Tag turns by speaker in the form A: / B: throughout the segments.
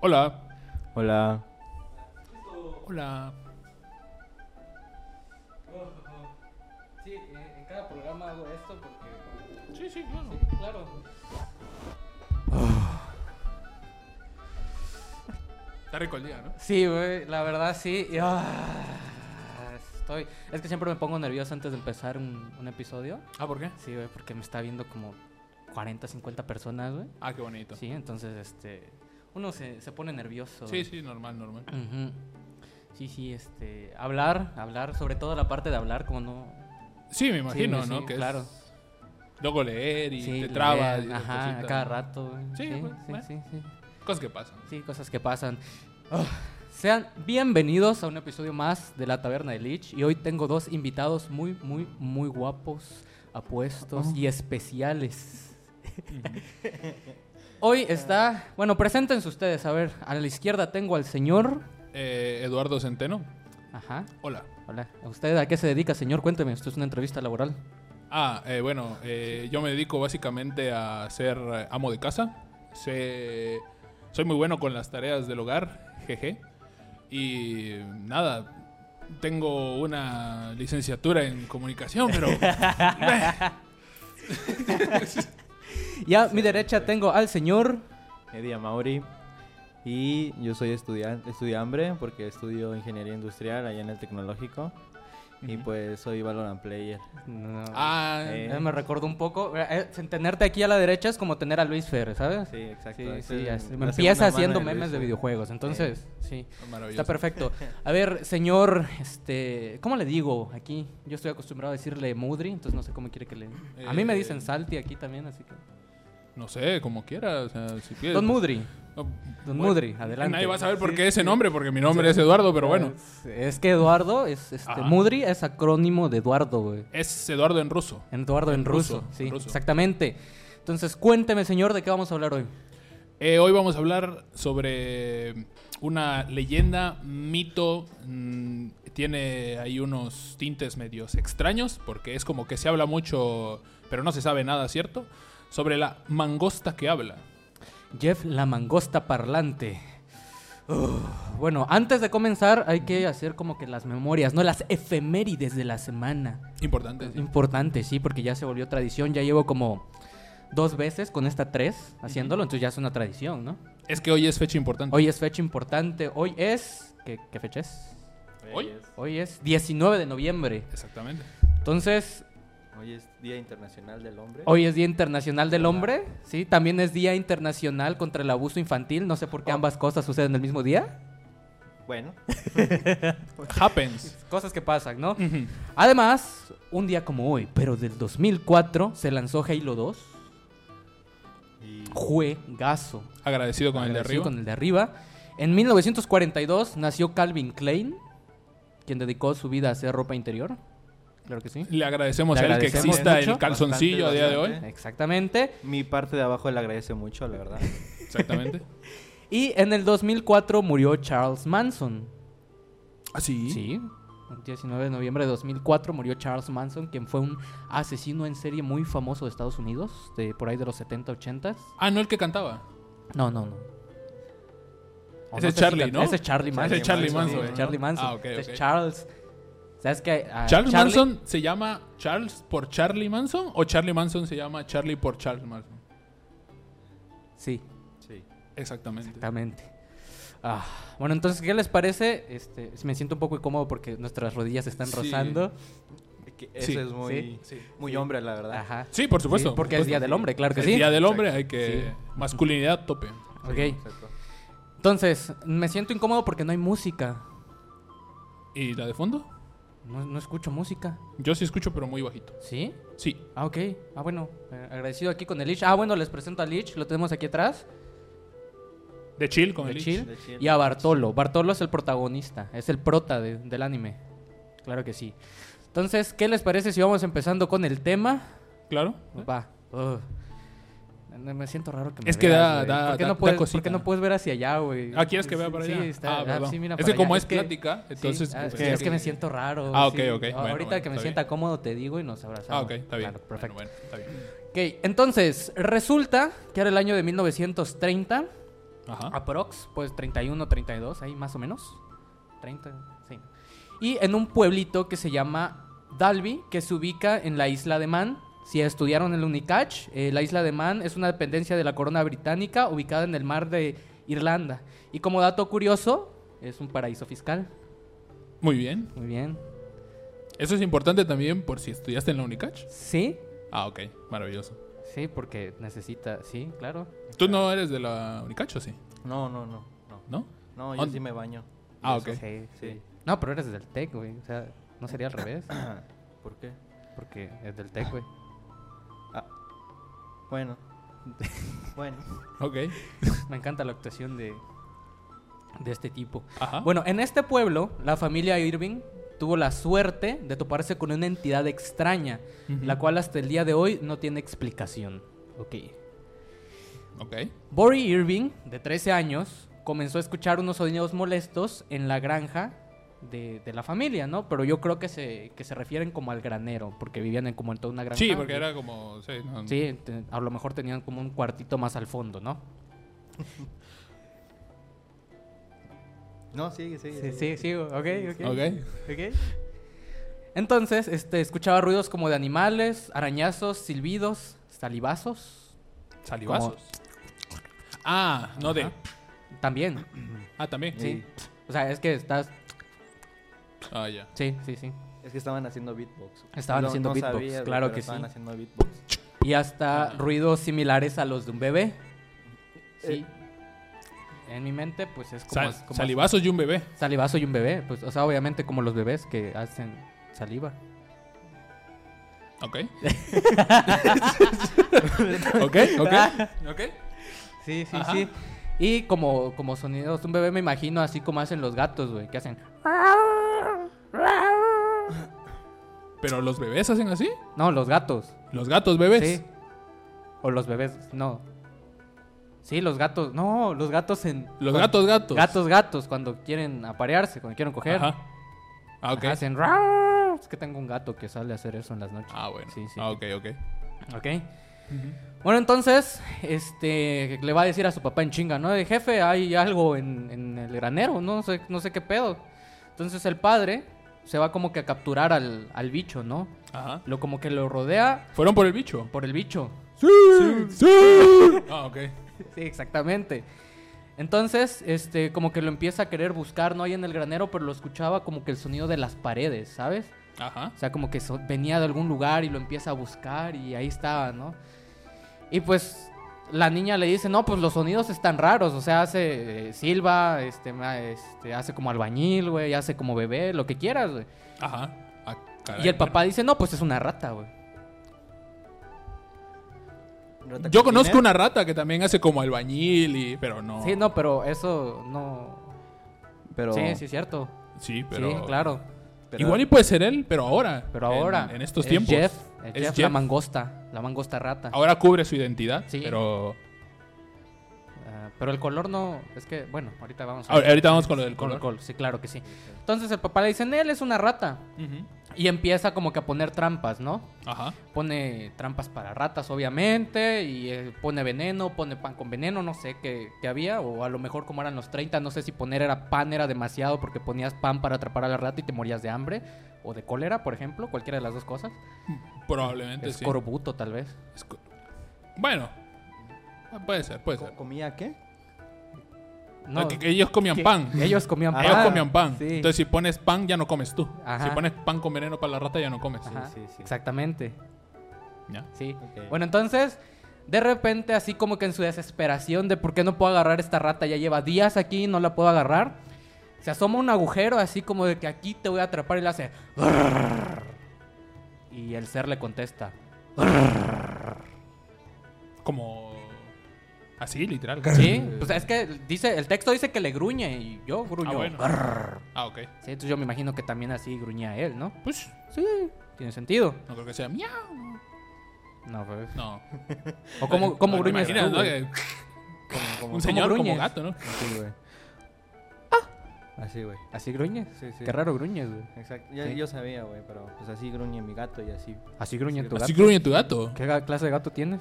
A: Hola.
B: Hola.
A: Hola.
C: Sí, eh, en cada programa hago esto porque.
A: Sí, sí, claro.
C: claro.
A: Está rico el día, ¿no?
C: Sí, güey, la verdad sí. y, ah, estoy. Es que siempre me pongo nervioso antes de empezar un, un episodio.
A: Ah, ¿por qué?
C: Sí, güey, porque me está viendo como 40, 50 personas, güey.
A: Ah, qué bonito. Sí,
C: Sí, entonces, este. Uno se, se pone nervioso.
A: sí, normal, normal.
C: Ujú. Sí, sí, este. Hablar, hablar, sobre todo la parte de hablar, como no.
A: Sí, me imagino,
C: sí,
A: ¿no?
C: sí,
A: que es-
C: claro.
A: Luego leer y
C: Sí,
A: te trabas.
C: leer,
A: y esas
C: Ajá,
A: cositas,
C: a cada
A: ¿no?
C: rato, güey.
A: Sí,
C: sí,
A: güey,
C: sí,
A: bueno.
C: sí, sí.
A: Cosas que pasan.
C: Sí, cosas que pasan. Ugh. Sean bienvenidos a un episodio más de La Taberna de Lich. Y hoy tengo dos invitados muy, muy, muy guapos, apuestos y especiales. Hoy está. Bueno, preséntense ustedes. A ver, a la izquierda tengo al señor.
A: Eh, Eduardo Centeno.
C: Ajá.
A: Hola.
C: Hola. ¿A usted a qué se dedica, señor? Cuénteme. Esto es una entrevista laboral.
A: Ah, eh, bueno, eh, yo me dedico básicamente a ser eh, amo de casa. Sé- soy muy bueno con las tareas del hogar, jeje. Y nada, tengo una licenciatura en comunicación, pero...
C: Y a mi derecha tengo al señor.
B: Eddie Mauri. Y yo soy estudiante, estudiambre porque estudio ingeniería industrial allá en el tecnológico. Y pues soy Valorant Player.
C: No.
A: ah,
B: Eh,
C: Eh, me recordó un poco. eh, eh, tenerte aquí a la derecha es como tener a Luis Fer, ¿sabes?
B: Sí, exacto.
C: Sí,
B: Esa
C: sí, así.
B: es la
C: Me
B: segunda
C: empieza
B: mano
C: haciendo
B: de Luis,
C: memes de
B: güey.
C: videojuegos, entonces, sí.
A: maravilloso.
C: Está perfecto. A ver, señor, este, ¿cómo le digo aquí? Yo estoy acostumbrado a decirle Mudri, entonces no sé cómo quiere que le... A mí me
A: Eh,
C: dicen Salti aquí también, así que...
A: No sé, como quiera, o sea, si quieres...
C: Don Mudri,
A: No,
C: Don
A: pues, bueno,
C: Mudri, adelante.
A: Nadie va a saber por qué ese nombre, porque mi nombre es Eduardo, pero bueno.
C: Es, es que Eduardo, es, este,
A: Ajá.
C: Mudri es acrónimo de Eduardo, güey.
A: Es Eduardo en ruso.
C: Eduardo en,
A: En
C: ruso,
A: ruso, en
C: sí,
A: ruso.
C: exactamente. Entonces, cuénteme, señor, de qué vamos a hablar hoy.
A: Eh, hoy vamos a hablar sobre una leyenda, mito. mm, tiene ahí unos tintes medios extraños, porque es como que se habla mucho, pero no se sabe nada, ¿cierto? Sobre la mangosta que habla.
C: Jeff la mangosta parlante. Uf, bueno, antes de comenzar hay que hacer como que las memorias, no las efemérides de la semana.
A: Importante. sí.
C: Importante, sí, porque ya se volvió tradición, ya llevo como dos veces con esta tres haciéndolo, entonces ya es una tradición, ¿no?
A: Es que hoy es fecha importante.
C: Hoy es fecha importante, hoy es... ¿Qué, qué fecha es?
A: ¿Hoy?
C: Hoy es 19 de noviembre.
A: Exactamente.
C: Entonces,
B: Hoy es Día Internacional del Hombre.
C: Hoy es Día Internacional del Hombre, ¿sí? También es Día Internacional contra el Abuso Infantil. No sé por qué ambas cosas suceden el mismo día.
B: Bueno,
A: Happens.
C: Cosas que pasan, ¿no?
A: Ujú.
C: Además, un día como hoy, pero del 2004, se lanzó Halo 2.
B: y
C: Juegazo.
A: Agradecido con el de arriba.
C: Agradecido Con el de arriba. En 1942 nació Calvin Klein, quien dedicó su vida a hacer ropa interior. Claro que sí.
A: Le agradecemos
C: Le
A: a él que
C: agradecemos
A: exista
C: mucho.
A: el calzoncillo a día de hoy.
B: Bastante,
C: Exactamente.
B: mi parte de abajo le agradece mucho, la verdad.
A: Exactamente.
C: Y en el 2004 murió Charles Manson.
A: ¿Ah, sí?
C: Sí. El 19 de noviembre de 2004 murió Charles Manson, quien fue un asesino en serie muy famoso de Estados Unidos, de por ahí de los 70, 80.
A: Ah, no el que cantaba.
C: No, no, no. O
A: Ese es
C: sé si
A: Charlie,
C: can-
A: ¿no?
C: Ese es Charlie
A: Ese es
C: Manson.
A: Charlie Manson,
C: sí,
A: ¿no?
C: Charlie Manson.
A: Ah, ok,
C: Ese es
A: ok.
C: Charles. ¿Sabes qué? Ah,
A: ¿Charles
C: Charlie-
A: Manson se llama Charles por Charlie Manson o Charlie Manson se llama Charlie por Charles Manson?
C: Sí,
B: Sí.
A: Exactamente.
C: exactamente. Ah, bueno, entonces, ¿qué les parece? Este, me siento un poco incómodo porque nuestras rodillas se están
A: Sí.
C: rozando.
B: Que Eso
A: Sí.
B: es muy,
A: Sí.
B: muy hombre, la verdad.
C: Ajá.
A: Sí, por supuesto.
C: Sí, porque
A: por
C: es Día
A: supuesto.
C: del Hombre, claro que
A: Es
C: sí.
A: Día del Hombre, hay que...
C: Sí.
A: Masculinidad tope.
B: Sí,
C: Ok.
B: exacto.
C: Entonces, me siento incómodo porque no hay música.
A: ¿Y la de fondo?
C: No, no escucho música.
A: Yo sí escucho, pero muy bajito.
C: ¿Sí?
A: Sí.
C: Ah, ok. Ah, bueno. eh, agradecido aquí con el Lich. Ah, bueno, les presento a Lich. Lo tenemos aquí atrás.
A: De chill con
C: de
A: el
C: chill.
A: chill.
B: De chill.
C: Y a Bartolo. Bartolo es el protagonista. Es el prota de- del anime. Claro que sí. Entonces, ¿qué les parece si vamos empezando con el tema?
A: Claro.
C: Va. Ugh. No, Me siento raro que me
A: ¿Eh? Es que
C: veas,
A: da-
C: güey.
A: da-
C: ¿Por qué,
A: da-
C: no
A: da
C: puedes, por
A: cosita.
C: qué no puedes ver hacia allá, güey?
A: Ah, ¿quieres que vea para
C: sí,
A: allá?
C: Sí, está.
A: Ah,
C: ah,
A: perdón.
C: sí, mira
A: es
C: para
A: que como
C: allá.
A: es, plática,
C: Sí,
A: entonces...
C: ah, es,
A: pues,
C: que,
A: sí.
C: es que me siento raro.
A: Ah, ok,
C: sí.
A: ok, bueno,
C: Ahorita
A: bueno,
C: que me
A: está
C: sienta
A: bien.
C: cómodo te digo y nos abrazamos.
A: Ah, ok, está bien.
C: Claro, perfecto.
A: Bueno, bueno, está bien.
C: Ok, entonces, resulta que era el año de 1930
A: Ajá.
C: Aprox, pues 31, 32, ahí más o menos. 30, sí. Y en un pueblito que se llama Dalby, que se ubica en la isla de Man. Si estudiaron el Unicach, eh, la isla de Man es una dependencia de la corona británica ubicada en el mar de Irlanda. Y como dato curioso, es un paraíso fiscal.
A: Muy bien.
C: Muy bien.
A: Eso es importante también por si estudiaste en la Unicach.
C: Sí,
A: Ah, ok. Maravilloso.
C: sí, porque necesita, sí, claro.
A: ¿Tú no eres de la Unicach o sí?
B: No, no, no. No,
A: ¿No?
B: no yo
A: On-
B: sí me baño.
A: Ah, ok.
C: Sí,
B: Sí.
C: No, pero eres del TEC, güey. O sea, no sería al revés,
B: ¿Por qué?
C: porque es del TEC, güey.
B: Bueno. bueno.
A: Ok.
C: Me encanta la actuación de, de este tipo.
A: Ajá.
C: Bueno, en este pueblo, la familia Irving tuvo la suerte de toparse con una entidad extraña,
A: Ujú.
C: la cual hasta el día de hoy no tiene explicación. Ok.
A: Ok.
C: Bori Irving, de 13 años, comenzó a escuchar unos sonidos molestos en la granja de, de la familia, ¿no? Pero yo creo que se, que se refieren como al granero, porque vivían en, como en toda una granja.
A: Sí, porque era como. Sí, no-
C: Sí, te- a lo mejor tenían como un cuartito más al fondo, ¿no?
B: No, sigue, sigue.
C: Sí,
B: sigue.
C: sí, sí, ok, ok.
A: Ok.
C: Entonces, este, escuchaba ruidos como de animales, arañazos, silbidos, salivazos.
A: ¿Salivazos? Ah, no de.
C: También.
A: Ah, también.
C: Sí. O sea, es que estás.
A: Ah, ya.
C: Sí, sí, sí.
B: Es que estaban haciendo beatbox.
C: Estaban
B: No-
C: haciendo
B: no
C: beatbox,
B: sabía, güey,
C: claro
B: pero
C: que
B: estaban
C: sí.
B: haciendo beatbox.
C: Y hasta ruidos similares a los de un bebé. Sí. en mi mente, pues es como,
A: Eh. Sal-
C: es como-
A: salivazos y un bebé.
C: Salivazo y un bebé. Pues, o sea, obviamente como los bebés que hacen saliva.
A: Ok. ok, ok. Ok.
C: Ah. Sí, sí,
A: Ajá.
C: sí. Y como, como sonidos de un bebé, me imagino así como hacen los gatos, güey, que hacen.
A: Pero los bebés hacen así.
C: No, los gatos.
A: Los gatos bebés.
C: Sí. O los bebés, no. Sí, los gatos. No, los gatos en.
A: Los
C: cuan-
A: gatos, gatos.
C: Gatos, gatos, cuando quieren aparearse, cuando quieren coger.
A: Ajá. Ah, ok.
C: Ajá, Hacen "Rau". Es que tengo un gato que sale a hacer eso en las noches.
A: Ah, bueno.
C: Sí, sí.
A: Ah, ok, ok.
C: Ok. Bueno, entonces, este, le va a decir a su papá en chinga, ¿no? De jefe, hay algo en, en el granero, ¿no? sé, no sé qué pedo. Entonces el padre se va como que a capturar al, al bicho, ¿no?
A: Ajá.
C: Lo como que lo rodea
A: ¿Fueron por el bicho?
C: por el bicho.
A: Sí. Sí. Ah, ok.
C: Sí, exactamente. Entonces, este, como que lo empieza a querer buscar, ¿no? Ahí en el granero, pero lo escuchaba como que el sonido de las paredes, ¿sabes?
A: Ajá.
C: O sea, como que so- venía de algún lugar y lo empieza a buscar y ahí estaba, ¿no? Y pues la niña le dice, no, pues los sonidos están raros, o sea, hace eh, silba, este, ma- este, hace como albañil, güey, hace como bebé, lo que quieras, güey.
A: Ajá. Ah, caray,
C: Y el papá dice, no, pues es una rata, güey.
A: bueno. Yo conozco una rata que también hace como albañil y... Pero no.
C: Sí, no, pero eso no...
B: Pero,
C: Sí, sí, es cierto.
A: Sí, pero...
C: Sí, claro.
B: pero-
A: Igual y puede ser él, pero ahora.
C: Pero
A: en-
C: ahora...
A: En, estos
C: es
A: tiempos.
C: Jeff, es
A: Es
C: Jeff, la
A: Jeff.
C: mangosta, la mangosta rata.
A: Ahora cubre su identidad,
C: Sí.
A: pero...
C: Ah, pero el color no... Es que, bueno, ahorita vamos a...
A: ahor- Ah, Ahorita vamos con lo del
C: Con
A: color.
C: el color, sí, claro que sí. Entonces el papá le dice, él es una rata.
A: Ujú.
C: Y empieza como que a poner trampas, ¿no?
A: Ajá.
C: Pone trampas para ratas, obviamente, y eh, pone veneno, pone pan con veneno, no sé qué, qué había, o a lo mejor como eran los 30, no sé si poner era pan era demasiado porque ponías pan para atrapar a la rata y te morías de hambre, o de cólera, por ejemplo, cualquiera de las dos cosas.
A: Probablemente sí.
C: Escorbuto, tal vez.
A: Esco- Bueno. Ah, Puede ser, puede ser.
B: co- ¿Comía qué?
C: No,
A: Ah, que- que ellos comían
C: que-
A: pan.
C: Ellos comían pan.
B: Ajá.
A: Ellos comían pan.
C: sí.
A: Entonces, si pones pan, ya no comes tú.
C: Ajá.
A: Si pones pan con veneno para la rata, ya no comes.
C: Ajá,
B: sí, sí.
C: Exactamente.
A: ¿Ya?
C: Sí.
B: Ok.
C: Bueno, entonces, de repente, así como que en su desesperación de por qué no puedo agarrar esta rata, ya lleva días aquí y no la puedo agarrar, se asoma un agujero así como de que aquí te voy a atrapar y le hace... "Grrr". Y el ser le contesta.
A: Como. Así, literal.
C: Sí, pues es que dice, el texto dice que le gruñe y yo gruño.
A: Ah, bueno.
C: "Grrr".
A: Ah, ok.
C: Sí, entonces yo me imagino que también así gruñía él, ¿no?
A: Pues,
C: Sí, tiene sentido.
A: no creo que sea miau.
C: No, pues.
A: No.
C: O cómo, cómo
A: No, me
C: gruñes tú,
A: imaginas, ¿no?
C: güey?
A: Que-
B: Como- como-
A: Un señor como
C: gruñes?
A: gato, ¿no?
B: Así, güey. Así, güey.
C: Así gruñes.
B: Sí, sí.
C: Qué raro gruñes, güey.
B: Exacto. Ya-
C: Sí.
B: Yo sabía, güey, pero pues así gruñe mi gato y así.
C: Así gruñe tu gato.
A: Así gruñe tu gato.
C: ¿Qué ga- clase de gato tienes?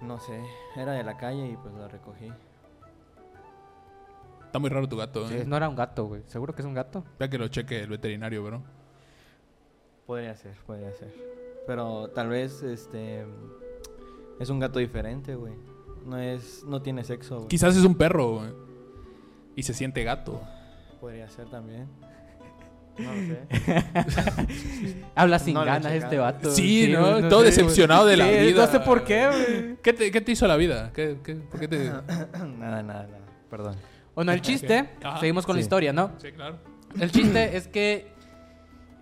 B: No sé. Era de la calle y pues la recogí.
A: Está muy raro tu gato, ¿eh?
C: No era un gato, güey. Seguro que es un gato.
A: Ya que lo cheque el veterinario, bro.
B: Podría ser, podría ser. Pero tal vez, este... Es un gato diferente, güey. No es... No tiene sexo, güey.
A: Quizás es un perro, güey. Y se siente gato.
B: Podría ser también. No lo sé.
C: Habla sin
B: No lo he
C: ganas este
B: checado.
C: vato.
A: Sí, ¿no?
C: güey,
A: Todo
C: sé,
A: decepcionado
C: güey.
A: de la
C: Sí,
A: vida.
C: No sé por qué, güey.
A: ¿Qué te, qué te hizo la vida? ¿Qué, qué, por qué te...?
B: nada, nada, nada. Perdón.
C: Bueno, el chiste,
A: Ajá.
C: seguimos con la
B: Sí.
C: historia, ¿no?
A: Ah, Sí, claro.
C: El chiste es que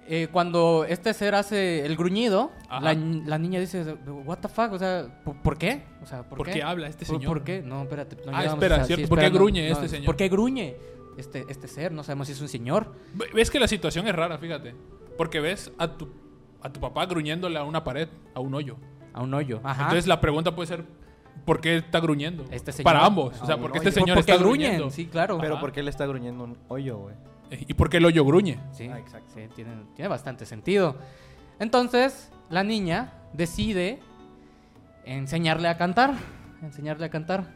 C: eh, cuando este ser hace el gruñido,
A: Ajá.
C: la, ni- la niña dice, ¿What the fuck? O sea, ¿por, por qué? O sea, ¿por,
A: ¿Por qué habla este
C: ¿Por-
A: señor?
C: ¿Por qué? No, espérate. no
A: Ah,
C: llegamos
A: espera,
C: hasta-
A: ¿cierto? ¿Por qué
C: espera,
A: gruñe este señor?
C: ¿Por qué gruñe este, este ser? No sabemos si es un señor.
A: Ve- Ves que la situación es rara, fíjate. Porque ves a tu, a tu papá gruñéndole a una pared, a un hoyo.
C: A un hoyo.
A: Ah,
C: Ajá.
A: Entonces la pregunta puede ser, ¿por qué está gruñendo?
C: Ah. Este señor-
A: Para ambos. O
C: a
A: sea,
C: un
A: ¿por qué
C: hoyo.
A: este señor
C: porque
A: está
C: gruñen,
A: gruñendo?
C: Sí, claro.
B: Pero
A: Ajá.
B: ¿por qué le está gruñendo un hoyo, güey?
A: ¿Y por qué el hoyo gruñe?
C: Sí,
B: Ah, exacto.
C: sí, tiene, tiene bastante sentido. Entonces, la niña decide enseñarle a cantar. Enseñarle a cantar.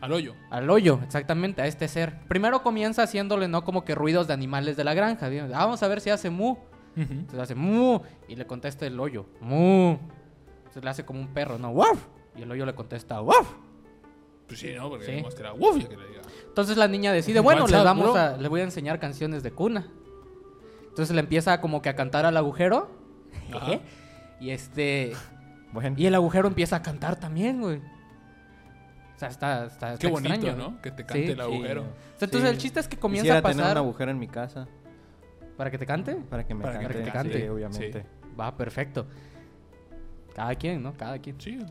A: Al hoyo.
C: Al hoyo, exactamente, a este ser. Primero comienza haciéndole, ¿no? Como que ruidos de animales de la granja. ¿bien? Ah, vamos a ver si hace mu. Entonces hace mu y le contesta el hoyo. Mu. Entonces le hace como un perro, ¿no? ¡Waf! Y el hoyo le contesta, ¡Waf!
A: Pues sí, ¿no? Porque
C: Sí.
A: digamos que era "Uf", ya que le diga.
C: Entonces la niña decide, bueno,
A: What's
C: le
A: up,
C: vamos
A: bro?
C: a, le voy a enseñar canciones de cuna. Entonces le empieza como que a cantar al agujero.
A: Ajá.
C: y este.
B: Bueno.
C: Y el agujero empieza a cantar también, güey. O sea, está, está, está
A: Qué bonito,
C: extraño.
A: ¿no? Que te cante
C: Sí,
A: el
C: sí.
A: agujero.
C: O sea, entonces
B: Sí.
C: el chiste es que comienza
B: Quisiera
C: a pasar
B: tener un agujero en mi casa
C: para que te cante.
B: para que me
A: Para que
B: cante. Ah,
A: te
C: cante.
B: Sí, obviamente.
A: Sí.
C: Va, perfecto. Cada quien, ¿no? Cada quien.
A: Sí, ¿no?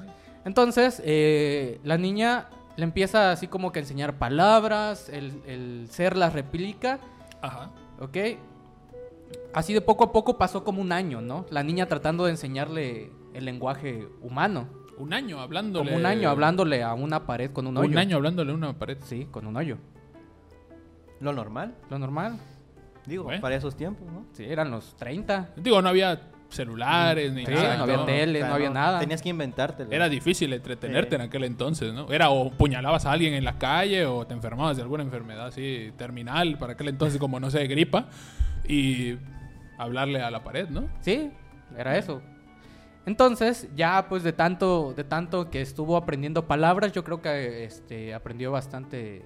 C: Entonces, eh, la niña le empieza así como que a enseñar palabras, el, el ser las replica,
A: Ajá.
C: ¿ok? Así de poco a poco pasó como un año, ¿no? La niña tratando de enseñarle el lenguaje humano.
A: Un año hablándole.
C: Como un año hablándole a una pared con un hoyo.
A: Un año hablándole a una pared.
C: Sí, con un hoyo.
B: Lo normal,
C: Lo normal.
B: digo,
A: Bueno.
B: para esos tiempos, ¿no?
C: Sí, eran los 30.
A: Digo, no había celulares ni
C: Sí,
A: nada.
C: no había tele. no había nada.
B: Tenías que inventártelo.
A: Era difícil entretenerte
B: Sí.
A: en aquel entonces, ¿no? Era o puñalabas a alguien en la calle o te enfermabas de alguna enfermedad así terminal, para aquel entonces como no sé, gripa, y hablarle a la pared, ¿no?
C: Sí, era eso. Entonces, ya pues de tanto, de tanto que estuvo aprendiendo palabras, yo creo que este, aprendió bastante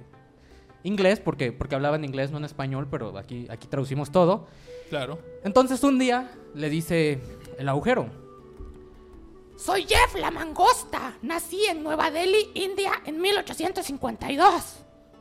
C: inglés, porque, porque hablaba en inglés, no en español, pero aquí, aquí traducimos todo.
A: Claro.
C: Entonces un día le dice el agujero.
D: Soy Jeff la Mangosta. Nací en Nueva Delhi, India, en 1852.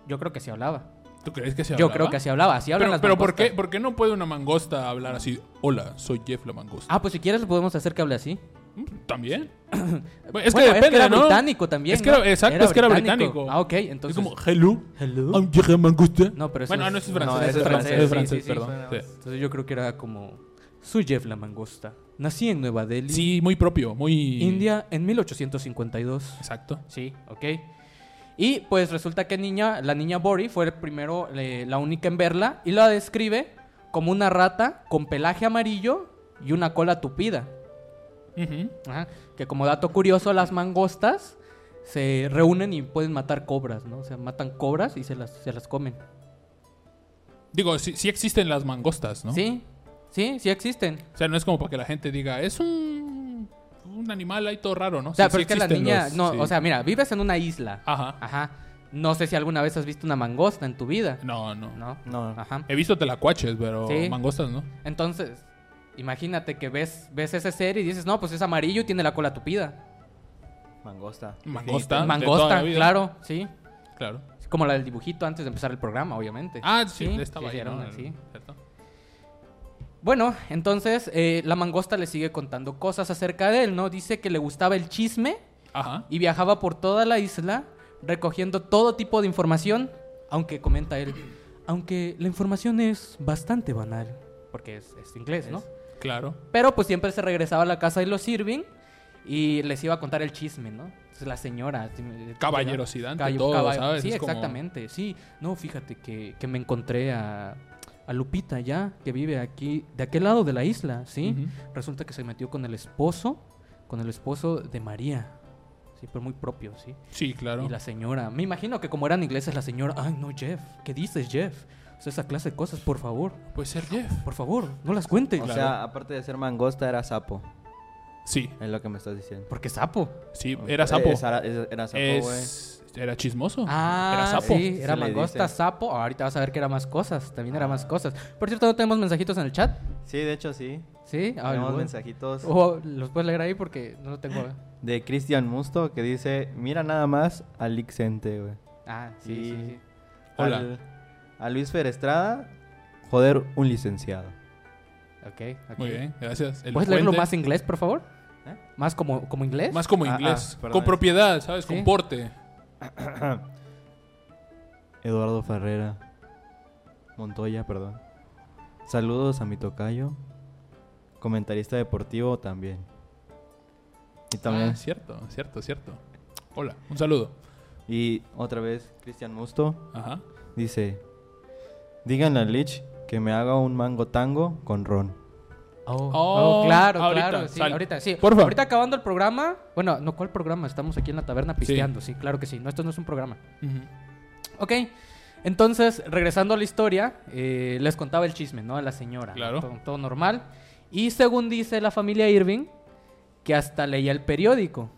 C: Yo creo que sí hablaba.
A: ¿Tú crees que se
C: Yo
A: hablaba?
C: creo que así hablaba, así hablan
A: Pero,
C: las
A: pero ¿por,
C: mangostas.
A: qué, ¿por qué no puede una mangosta hablar así? Hola, soy Jeff la mangosta.
C: Ah, pues si quieres le podemos hacer que hable así.
A: ¿También? Bueno,
C: Bueno, es que era británico también,
A: Es que era-
C: ¿no?
A: exacto,
C: Era
A: es que era
C: británico.
A: británico.
C: Ah, ok,
A: Es
C: entonces-
A: como, hello,
C: Hello.
A: I'm Jeff la mangosta.
C: No, pero eso
A: bueno,
C: es-
A: ah, no, eso es
B: no,
A: francés.
B: eso
A: es francés,
C: sí,
A: es francés,
C: sí, sí,
A: perdón.
B: suena-
A: Sí.
C: Entonces yo creo que era como... Soy Jeff la Mangosta. Nací en Nueva Delhi.
A: Sí, muy propio, muy...
C: India en 1852.
A: Exacto.
C: Sí, ok. Y pues resulta que niña, la niña Bori fue el primero, eh, la única en verla y la describe como una rata con pelaje amarillo y una cola tupida.
A: Ujú.
C: Ajá. Que como dato curioso, las mangostas se reúnen y pueden matar cobras, ¿no? O sea, matan cobras y se las, se las comen.
A: Digo, sí, sí existen las mangostas, ¿no?
C: Sí, sí, sí existen.
A: O sea, no es como para que la gente diga, es un, un animal ahí todo raro, ¿no?
C: O sea,
A: Sí,
C: pero
A: sí
C: es que la
A: existen
C: niña,
A: los-
C: no,
A: sí. Ah.
C: o sea, mira, vives en una isla.
A: Ajá.
C: Ajá. No sé si alguna vez has visto una mangosta en tu vida.
A: No, no.
C: No.
B: No,
C: Ajá.
A: He visto telacuaches, pero
C: Sí.
A: mangostas, ¿no?
C: Entonces, imagínate que ves, ves ese ser y dices, no, pues es amarillo y tiene la cola tupida.
B: mangosta.
A: Mangosta. Ah, de toda la
C: Mangosta,
A: vida.
C: claro, sí.
A: Claro.
C: Es Como la del dibujito antes de empezar el programa, obviamente.
A: Ah, sí, estaba
C: sí,
A: ahí,
C: era
A: ¿no?
C: una, sí.
A: ¿Cierto?
C: Bueno, entonces eh, la mangosta le sigue contando cosas acerca de él, ¿no? Dice que le gustaba el chisme
A: Ajá.
C: y viajaba por toda la isla recogiendo todo tipo de información, aunque comenta él, aunque la información es bastante banal, porque es, es inglés, ¿no?
A: Claro.
C: Pero pues siempre se regresaba a la casa de los Irving y les iba a contar el chisme, ¿no? Entonces, la señora. así, eh,
A: Caballerosidad ante
C: cab-
A: todo,
C: caba-
A: ¿sabes?
C: Sí,
A: Es como-
C: exactamente. Sí, no, fíjate que, que me encontré a, a Lupita ya, que vive aquí, de aquel lado de la isla, ¿sí?
A: Ujú.
C: Resulta que se metió con el esposo, con el esposo de María, Sí, pero muy propio, sí.
A: Sí, claro.
C: Y la señora, me imagino que como eran ingleses, la señora, ay no, Jeff, ¿qué dices, Jeff? O sea, esa clase de cosas, por favor,
A: Puede ser Jeff.
C: por favor, no las cuentes.
B: O
A: Claro.
B: sea, aparte de ser mangosta, era sapo.
A: Sí,
B: Es lo que me estás diciendo.
C: Porque sapo.
A: sí, era sapo.
B: Eh, Era, es- era sapo, güey.
A: Es- Era chismoso.
C: Ah,
A: era sapo.
C: Sí,
B: Se
C: era
B: le
C: mangosta,
B: dice. Ah.
C: sapo. Ah, Ahorita vas a ver que era más cosas. También era más cosas. Por cierto, ¿no tenemos mensajitos en el chat?
B: Sí, de hecho, sí.
C: Sí. Ah,
B: Tenemos
C: bueno.
B: mensajitos
C: Oh, los puedes leer ahí porque no lo tengo.
B: de Cristian Musto que dice: Mira nada más a Lixente, güey.
C: Ah, sí,
B: Y-
C: sí, sí.
A: Hola.
B: Al- a Luis Ferestrada, joder, un licenciado.
C: Ok, ok.
A: Muy bien, gracias. El
C: ¿Puedes leerlo
A: puente,
C: más inglés, por favor?
B: ¿Eh?
C: ¿Más como, como inglés?
A: más como
B: Ah, ah,
A: inglés.
B: perdón.
A: con propiedad, ¿sabes?
C: Sí.
A: Con porte.
B: Eduardo Ferrera. Montoya, perdón. Saludos a mi tocayo. Comentarista deportivo también. Y también.
A: Ah, cierto, cierto, cierto. Hola, un saludo.
B: Y otra vez, Cristian Musto
A: Ajá.
B: dice: Díganle a Lich que me haga un mango tango con ron.
C: Oh,
A: Oh,
C: oh, claro,
A: ahorita,
C: claro. Sí,
A: sal.
C: ahorita, sí.
A: Porfa.
C: Ahorita acabando el programa. Bueno, no, ¿cuál programa? Estamos aquí en la taberna pisteando. Sí, claro que sí. No, esto no es un programa.
A: Ujú.
C: Ok, entonces, regresando a la historia, eh, les contaba el chisme, ¿no? A la señora.
A: Claro.
C: ¿no? Todo, todo normal. Y según dice la familia Irving, que hasta leía el periódico.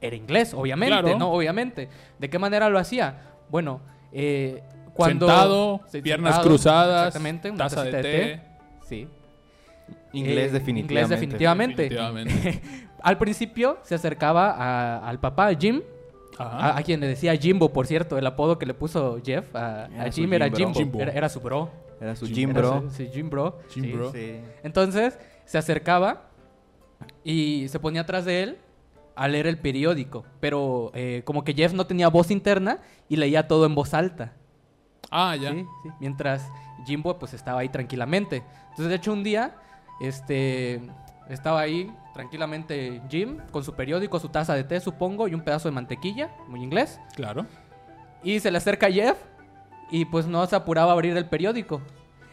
C: Era inglés, obviamente,
A: Claro.
C: ¿no? Obviamente. ¿De qué manera lo hacía? Bueno, eh, cuando...
A: Sentado,
C: Sí,
A: piernas
C: sentado,
A: cruzadas,
C: exactamente, una
A: taza de té.
C: tacita Sí.
B: Inglés,
C: Eh,
B: definitivamente.
C: Inglés definitivamente.
A: Definitivamente.
C: Al principio se acercaba a- al papá, Jim,
A: Ajá.
B: Ah.
C: A, a quien le decía Jimbo, por cierto, el apodo que le puso Jeff a,
B: Era
C: a
B: Ah, su
C: Jim era
B: Jim bro.
C: Jimbo.
A: Jimbo.
C: Era, era su bro.
B: Era su
A: Jim-
B: Jim
C: Era
B: Bro.
C: su- sí, Jim bro.
A: Jim
C: sí.
A: bro.
B: Sí.
C: Entonces se acercaba y se ponía atrás de él a leer el periódico. Pero eh, como que Jeff no tenía voz interna y leía todo en voz alta.
A: Ah, ya.
C: Sí, sí. Mientras Jimbo pues estaba ahí tranquilamente. Entonces, de hecho, un día, este, estaba ahí tranquilamente Jim con su periódico, su taza de té, supongo, y un pedazo de mantequilla, muy inglés.
A: Claro.
C: Y se le acerca Jeff y pues no se apuraba a abrir el periódico.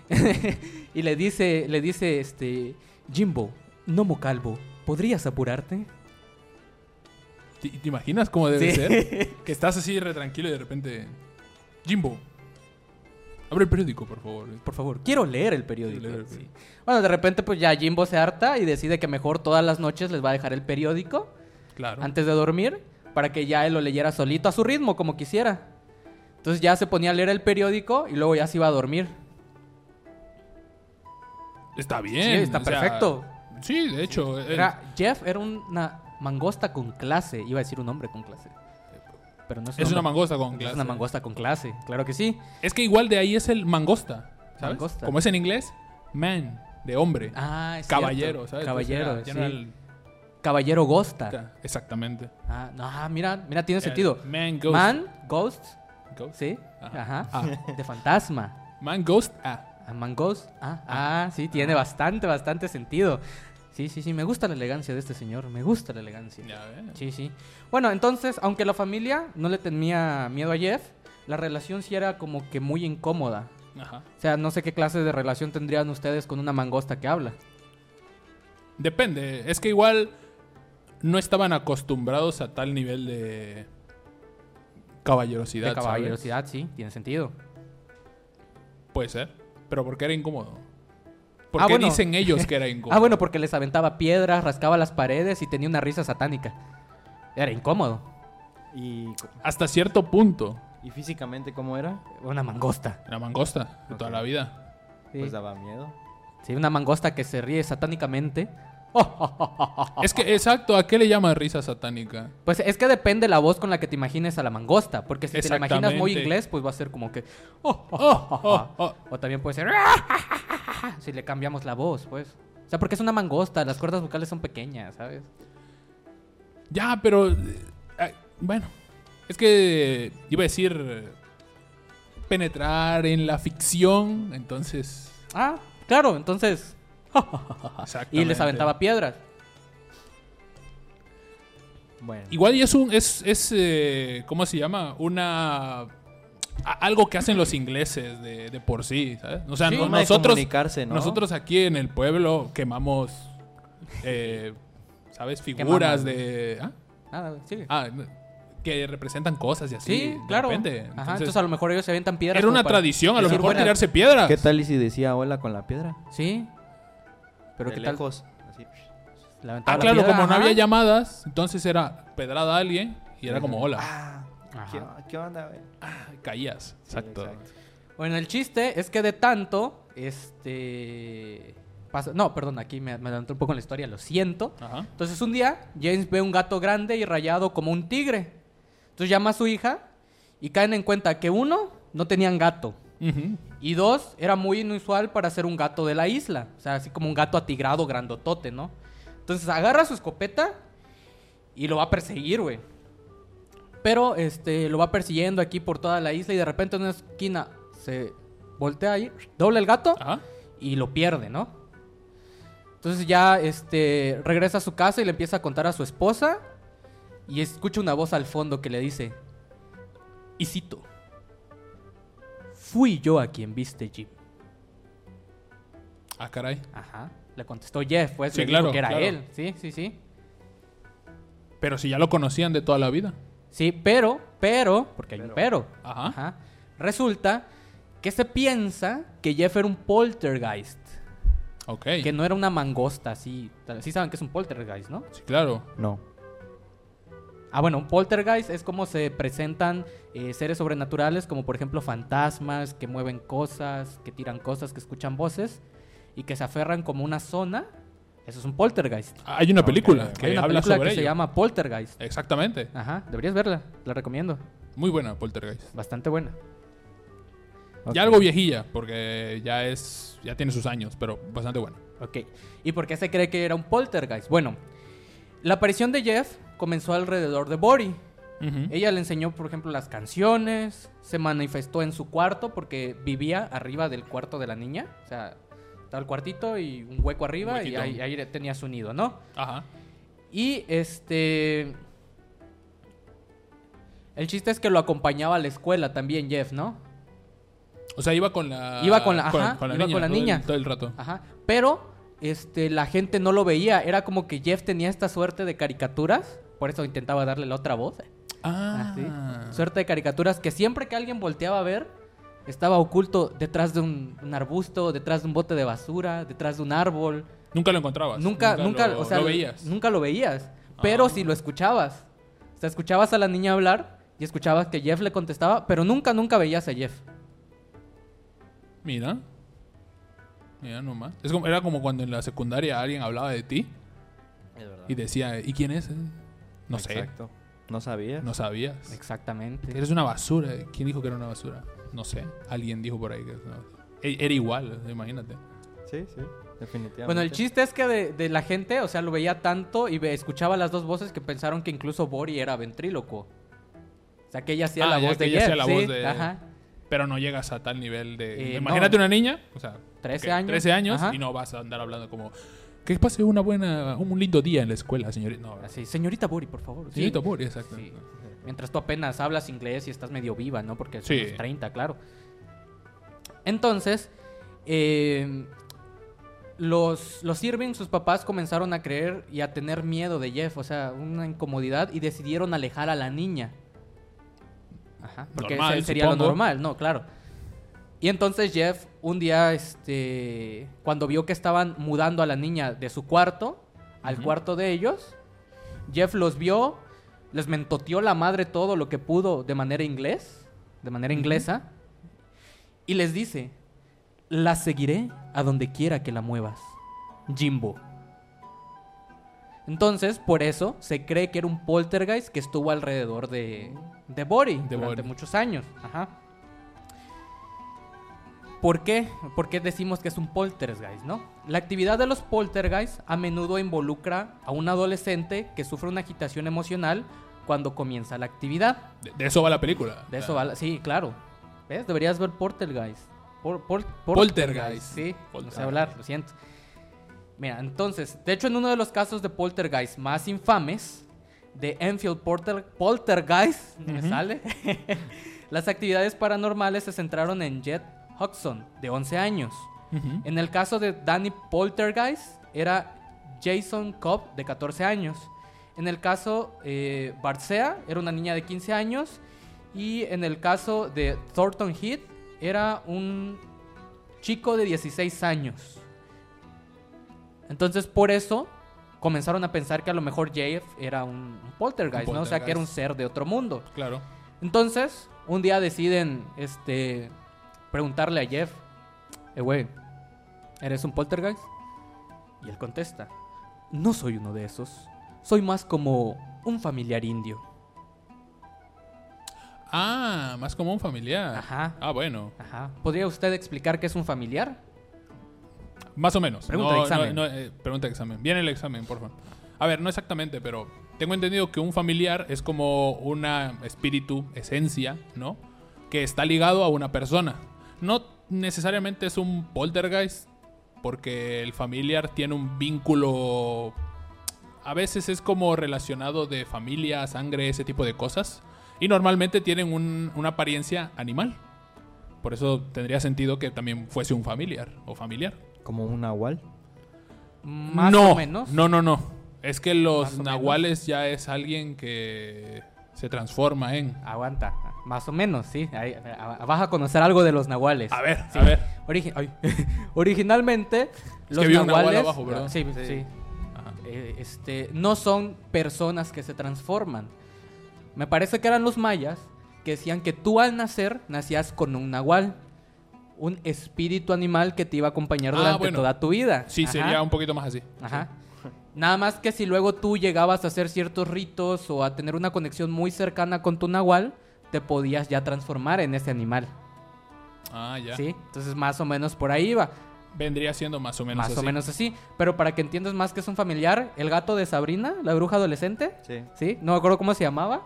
C: y le dice, le dice, este, Jimbo, Nomo Calvo, ¿podrías apurarte?
A: ¿Te, te imaginas cómo debe
C: Sí.
A: ser? Que estás así re tranquilo y de repente. Jimbo, abre el periódico, por favor.
C: Por favor, quiero leer el periódico.
A: Quiero leer el
C: Sí.
A: periódico.
C: Bueno, de repente pues ya Jimbo se harta y decide que mejor todas las noches les va a dejar el periódico
A: Claro.
C: antes de dormir para que ya él lo leyera solito a su ritmo, como quisiera. Entonces ya se ponía a leer el periódico y luego ya se iba a dormir.
A: Está bien.
C: Sí, está
A: o sea,
C: perfecto.
A: Sí, de hecho. eh,
C: Era- Jeff era una mangosta con clase. Iba a decir un hombre con clase. Pero no es, un
A: Es una
C: hombre.
A: mangosta con
C: Es
A: clase.
C: una mangosta con clase, claro que sí.
A: Es que igual de ahí es el mangosta. ¿Sabes?
C: Mangosta.
A: Como es en inglés, man, de hombre.
C: Ah, es
A: caballero,
C: cierto.
A: ¿sabes?
C: Caballero,
A: Entonces era- ya no
C: sí.
A: era
C: Caballero gosta.
A: el- Exactamente.
C: Ah, no, ah, mira, mira, tiene
A: Era
C: sentido.
A: el Eh, Man ghost.
C: Man, ghost,
A: Ghost.
C: sí,
A: Ajá.
C: ajá,
A: Ah.
C: de fantasma.
A: Man ghost. Ah.
C: Ah, Man ghost, ah, ah, sí, tiene bastante, bastante sentido. Sí, sí, sí, me gusta la elegancia de este señor, me gusta la elegancia.
A: Ya ves.
C: Sí, sí. Bueno, entonces, aunque la familia no le tenía miedo a Jeff, la relación sí era como que muy incómoda.
A: Ajá.
C: O sea, no sé qué clase de relación tendrían ustedes con una mangosta que habla.
A: Depende. Es que igual no estaban acostumbrados a tal nivel de caballerosidad.
C: De
A: ¿sabes?
C: caballerosidad, sí, tiene sentido.
A: Puede ser. Pero porque era incómodo. ¿Por
C: Ah,
A: qué
C: bueno.
A: dicen ellos que era incómodo?
C: Ah, bueno, porque les aventaba piedras, rascaba las paredes y tenía una risa satánica. Era incómodo.
B: Y, co-
A: Hasta cierto punto.
B: ¿Y físicamente cómo era?
C: Una mangosta.
A: La mangosta de toda
B: Ok.
A: la vida.
C: Sí.
B: Pues daba miedo.
C: Sí, una mangosta que se ríe satánicamente.
A: Es que, exacto, ¿a qué le llamas risa satánica?
C: Pues es que depende la voz con la que te imagines a la mangosta. Porque si te la imaginas muy
A: Exactamente.
C: inglés, pues va a ser como que.
A: oh.
C: O también puede ser. Si le cambiamos la voz, pues. O sea, porque es una mangosta, las cuerdas vocales son pequeñas, ¿sabes?
A: Ya, pero. eh, ay, bueno. Es que eh, iba a decir. eh, Penetrar en la ficción. Entonces.
C: Ah, claro, entonces. Y les
A: exactamente.
C: aventaba piedras.
B: Bueno.
A: Igual y es un. Es, es, eh, ¿Cómo se llama? Una. a- algo que hacen los ingleses de, de por sí, ¿sabes? O sea,
B: Sí,
A: no-
B: forma de
A: nosotros.
B: comunicarse, ¿no?
A: Nosotros aquí en el pueblo quemamos. eh, ¿Sabes? Figuras
C: Quemamos.
A: de. ¿ah?
C: Nada, güey, sigue.
A: Ah, no, que representan cosas y así.
C: sí,
A: de
C: claro.
A: repente.
C: Ajá,
A: Entonces,
C: entonces a lo mejor ellos se avientan piedras.
A: era
C: como
A: una
C: para
A: tradición, a lo
C: decir,
A: mejor
C: bueno,
A: tirarse piedras.
B: ¿Qué tal y si decía hola con la piedra?
C: Sí. Pero
B: De
C: qué tal.
B: lejos, así.
C: Le aventaba
A: Ah,
C: la
A: claro,
C: piedra,
A: como no
C: ajá.
A: había llamadas, entonces era pedrada a alguien y era como hola.
B: Ah,
C: Ajá.
B: ¿qué, qué onda, güey?
C: Ah.
A: Caías. Exacto.
C: Bueno, el chiste es que de tanto, este... pasa- No, perdón, aquí me, me adelanté un poco en la historia, lo siento.
A: Ajá.
C: Entonces un día, James ve un gato grande y rayado como un tigre. Entonces llama a su hija y caen en cuenta que uno, no tenían gato.
A: Ujú.
C: Y dos, era muy inusual para ser un gato de la isla. O sea, así como un gato atigrado, grandotote, ¿no? Entonces agarra su escopeta y lo va a perseguir, güey. Pero este, lo va persiguiendo aquí por toda la isla y de repente en una esquina se voltea ahí, dobla el gato
A: Ajá.
C: y lo pierde, ¿no? Entonces ya este, regresa a su casa y le empieza a contar a su esposa y escucha una voz al fondo que le dice, y cito, fui yo a quien viste Jim.
A: Ah, caray.
C: Ajá, le contestó Jeff, pues
A: Sí,
C: le dijo
A: claro,
C: que era
A: claro.
C: él, sí, sí, sí.
A: Pero si ya lo conocían de toda la vida.
C: Sí, pero, pero, porque hay un pero.
A: Ajá.
C: Ajá. Resulta que se piensa que Jeff era un poltergeist,
A: Ok.
C: que no era una mangosta, así. tal- Sí saben que es un poltergeist, ¿no?
A: Sí, claro.
B: No.
C: Ah, bueno, un poltergeist es como se presentan eh, seres sobrenaturales, como por ejemplo fantasmas que mueven cosas, que tiran cosas, que escuchan voces y que se aferran como una zona. Eso es un poltergeist.
A: Hay una película que
C: Hay una
A: habla
C: película
A: sobre
C: que se
A: ello.
C: llama Poltergeist.
A: Exactamente.
C: Ajá, deberías verla, la recomiendo.
A: Muy buena, Poltergeist.
C: Bastante buena.
B: Ok.
A: Ya algo viejilla, porque ya es. ya tiene sus años, pero bastante buena.
C: Ok. ¿Y por qué se cree que era un poltergeist? Bueno, la aparición de Jeff comenzó alrededor de Bori.
A: Ujú.
C: Ella le enseñó, por ejemplo, las canciones, se manifestó en su cuarto porque vivía arriba del cuarto de la niña. O sea, estaba el cuartito y un hueco arriba y
A: huequito.
C: ahí, ahí tenía su nido, ¿no?
A: Ajá.
C: Y este... El chiste es que lo acompañaba a la escuela también Jeff, ¿no?
A: O sea, iba con la.
C: Iba con la- ajá, iba con la
A: todo el-
C: niña.
A: Todo el, rato.
C: Ajá. Pero este, la gente no lo veía. Era como que Jeff tenía esta suerte de caricaturas. Por eso intentaba darle la otra voz.
A: Ah,
C: Así. Suerte de caricaturas que siempre que alguien volteaba a ver, estaba oculto detrás de un, un arbusto, detrás de un bote de basura, detrás de un árbol.
A: Pues, Nunca lo encontrabas.
C: Nunca, nunca,
A: lo,
C: o sea,
A: lo veías. Ah.
C: Nunca lo veías. Pero si lo escuchabas. O sea, escuchabas a la niña hablar y escuchabas que Jeff le contestaba, pero nunca, nunca veías a Jeff.
A: Mira. Mira nomás. Es como, era como cuando en la secundaria alguien hablaba de ti
B: Es verdad.
A: y decía, ¿y quién es? No
B: Exacto. No sabía.
A: sé. No sabías.
C: Exactamente.
A: Eres una basura. ¿Quién dijo que era una basura? No sé. Alguien dijo por ahí que no. E- era igual, imagínate.
B: Sí, sí. Definitivamente.
C: Bueno, el chiste es que de, de la gente, o sea, lo veía tanto y ve- escuchaba las dos voces que pensaron que incluso Bori era ventrílocuo. O sea, que ella hacía
A: Ah,
C: la
A: ya
C: voz
A: que
C: de
A: ella
C: Jeff.
A: hacía la
C: sí,
A: voz de-
C: Ajá.
A: Pero no llegas a tal nivel de.
C: Eh,
A: imagínate
C: no.
A: una niña, o sea,
C: 13
A: que-
C: años.
A: 13 años
C: Ajá.
A: y no vas a andar hablando como. Que pase una buena, un lindo día en la escuela, señorita. No,
C: Así, señorita Bori, por favor. sí.
A: señorita Bori, exacto.
C: Sí. Mientras tú apenas hablas inglés y estás medio viva, ¿no? Porque son
A: Sí.
C: los 30, claro. Entonces, eh, los, los Irving, sus papás, comenzaron a creer y a tener miedo de Jeff, o sea, una incomodidad, y decidieron alejar a la niña. Ajá, porque
A: Normal,
C: ese sería lo
A: supongo.
C: normal, ¿no? Claro. Y entonces Jeff, un día, este, cuando vio que estaban mudando a la niña de su cuarto al cuarto de ellos, Jeff los vio, les mentoteó la madre todo lo que pudo de manera inglés, de manera inglesa, y les dice, la seguiré a donde quiera que la muevas, Jimbo. Entonces, por eso se cree que era un poltergeist que estuvo alrededor de, de Bori
A: De
C: durante
A: Bori.
C: muchos años. Ajá. ¿Por qué? ¿Por qué decimos que es un poltergeist, no? La actividad de los poltergeists a menudo involucra a un adolescente que sufre una agitación emocional cuando comienza la actividad.
A: De, de eso va la película.
C: De eso va la- Sí, claro. ¿Ves? Deberías ver Poltergeist. Por, por-
A: Poltergeist.
C: Sí, no sé
A: Poltergeist.
C: hablar, lo siento. Mira, entonces, de hecho, en uno de los casos de Poltergeist más infames, de Enfield Porter- Poltergeist, no me sale, las actividades paranormales se centraron en Jet Hudson, de 11 años.
A: Ujú.
C: En el caso de Danny Poltergeist, era Jason Cobb, de 14 años. En el caso eh, Barcea era una niña de 15 años y en el caso de Thornton Heath era un chico de 16 años. Entonces por eso comenzaron a pensar que a lo mejor JF era un un poltergeist,
A: Un
C: ¿no? O sea, que era un
A: poltergeist.
C: ser de otro mundo.
A: Claro.
C: Entonces, un día deciden este preguntarle a Jeff, eh, güey, ¿eres un poltergeist? Y él contesta, no soy uno de esos, soy más como un familiar indio.
A: Ah, más como un familiar.
C: Ajá.
A: Ah, bueno.
C: Ajá. ¿Podría usted explicar qué es un familiar?
A: Más o menos.
C: Pregunta
A: No,
C: de examen.
A: no, no, eh, pregunta de examen. Viene el examen, por favor. A ver, no exactamente, pero tengo entendido que un familiar es como una espíritu, esencia, ¿no? Que está ligado a una persona. No necesariamente es un poltergeist, porque el familiar tiene un vínculo... A veces es como relacionado de familia, sangre, ese tipo de cosas. Y normalmente tienen un- una apariencia animal. Por eso tendría sentido que también fuese un familiar o familiar.
B: Como un nahual.
C: Más
A: no,
C: o menos.
A: No, no, no. Es que los
C: Más o
A: nahuales ya es alguien que se transforma en.
C: Aguanta. Más o menos, sí. Ahí, a- a- vas a conocer algo de los nahuales.
A: A ver, a ver.
C: Origi- ay. Originalmente, los
A: que vi un nahual
C: nahuales.
A: abajo, ¿verdad?
C: sí, sí.
A: Ajá.
C: Eh, este, no son personas que se transforman. Me parece que eran los mayas que decían que tú al nacer nacías con un nahual, un espíritu animal que te iba a acompañar
A: Ah,
C: durante
A: bueno.
C: toda tu vida.
A: Sí,
C: Ajá.
A: sería un poquito más así.
C: Ajá. Nada más que si luego tú llegabas a hacer ciertos ritos o a tener una conexión muy cercana con tu nahual, te podías ya transformar en ese animal.
A: Ah, ya.
C: ¿Sí? Entonces más o menos por ahí iba.
A: Vendría siendo más o menos
C: más
A: así.
C: o menos así. Pero para que entiendas más que es un familiar, el gato de Sabrina, la bruja adolescente.
B: Sí.
C: Sí, no me acuerdo cómo se llamaba.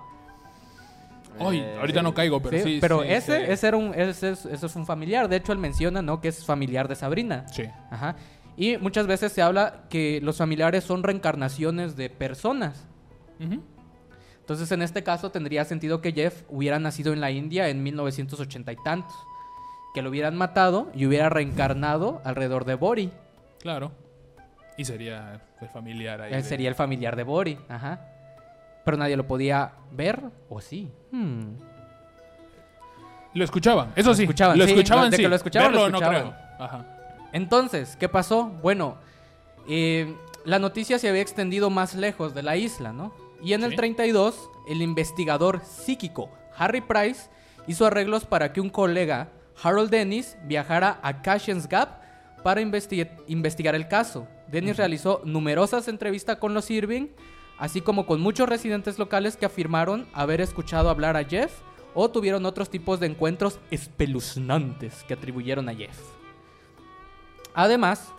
A: Ay,
B: Eh,
A: ahorita no caigo, pero
C: sí,
A: sí.
C: pero
A: sí,
C: ese,
A: sí.
C: ese era un, ese, es- eso es un familiar. De hecho, él menciona, ¿no? Que es familiar de Sabrina.
A: Sí.
C: Ajá. Y muchas veces se habla que los familiares son reencarnaciones de personas.
A: Ujú.
C: Entonces, en este caso, tendría sentido que Jeff hubiera nacido en la India en 1980 y tantos. Que lo hubieran matado y hubiera reencarnado alrededor de Bori.
A: Claro. Y sería el familiar ahí.
C: Él
A: de-
C: sería el familiar de Bori, ajá. Pero nadie lo podía ver, ¿o sí? Hmm.
A: Lo escuchaban, eso sí.
C: escuchaban,
A: lo
C: sí,
A: escuchaban,
C: de
A: sí.
C: que lo escuchaban, lo
A: Verlo no
C: escuchaban.
A: creo. Ajá.
C: Entonces, ¿qué pasó? Bueno, eh, la noticia se había extendido más lejos de la isla, ¿no? Y en el
A: Sí.
C: 32, el investigador psíquico Harry Price hizo arreglos para que un colega, Harold Dennis, viajara a Cashians Gap para investi- investigar el caso. Dennis realizó numerosas entrevistas con los Irving, así como con muchos residentes locales que afirmaron haber escuchado hablar a Jeff o tuvieron otros tipos de encuentros espeluznantes que atribuyeron a Jeff. Además,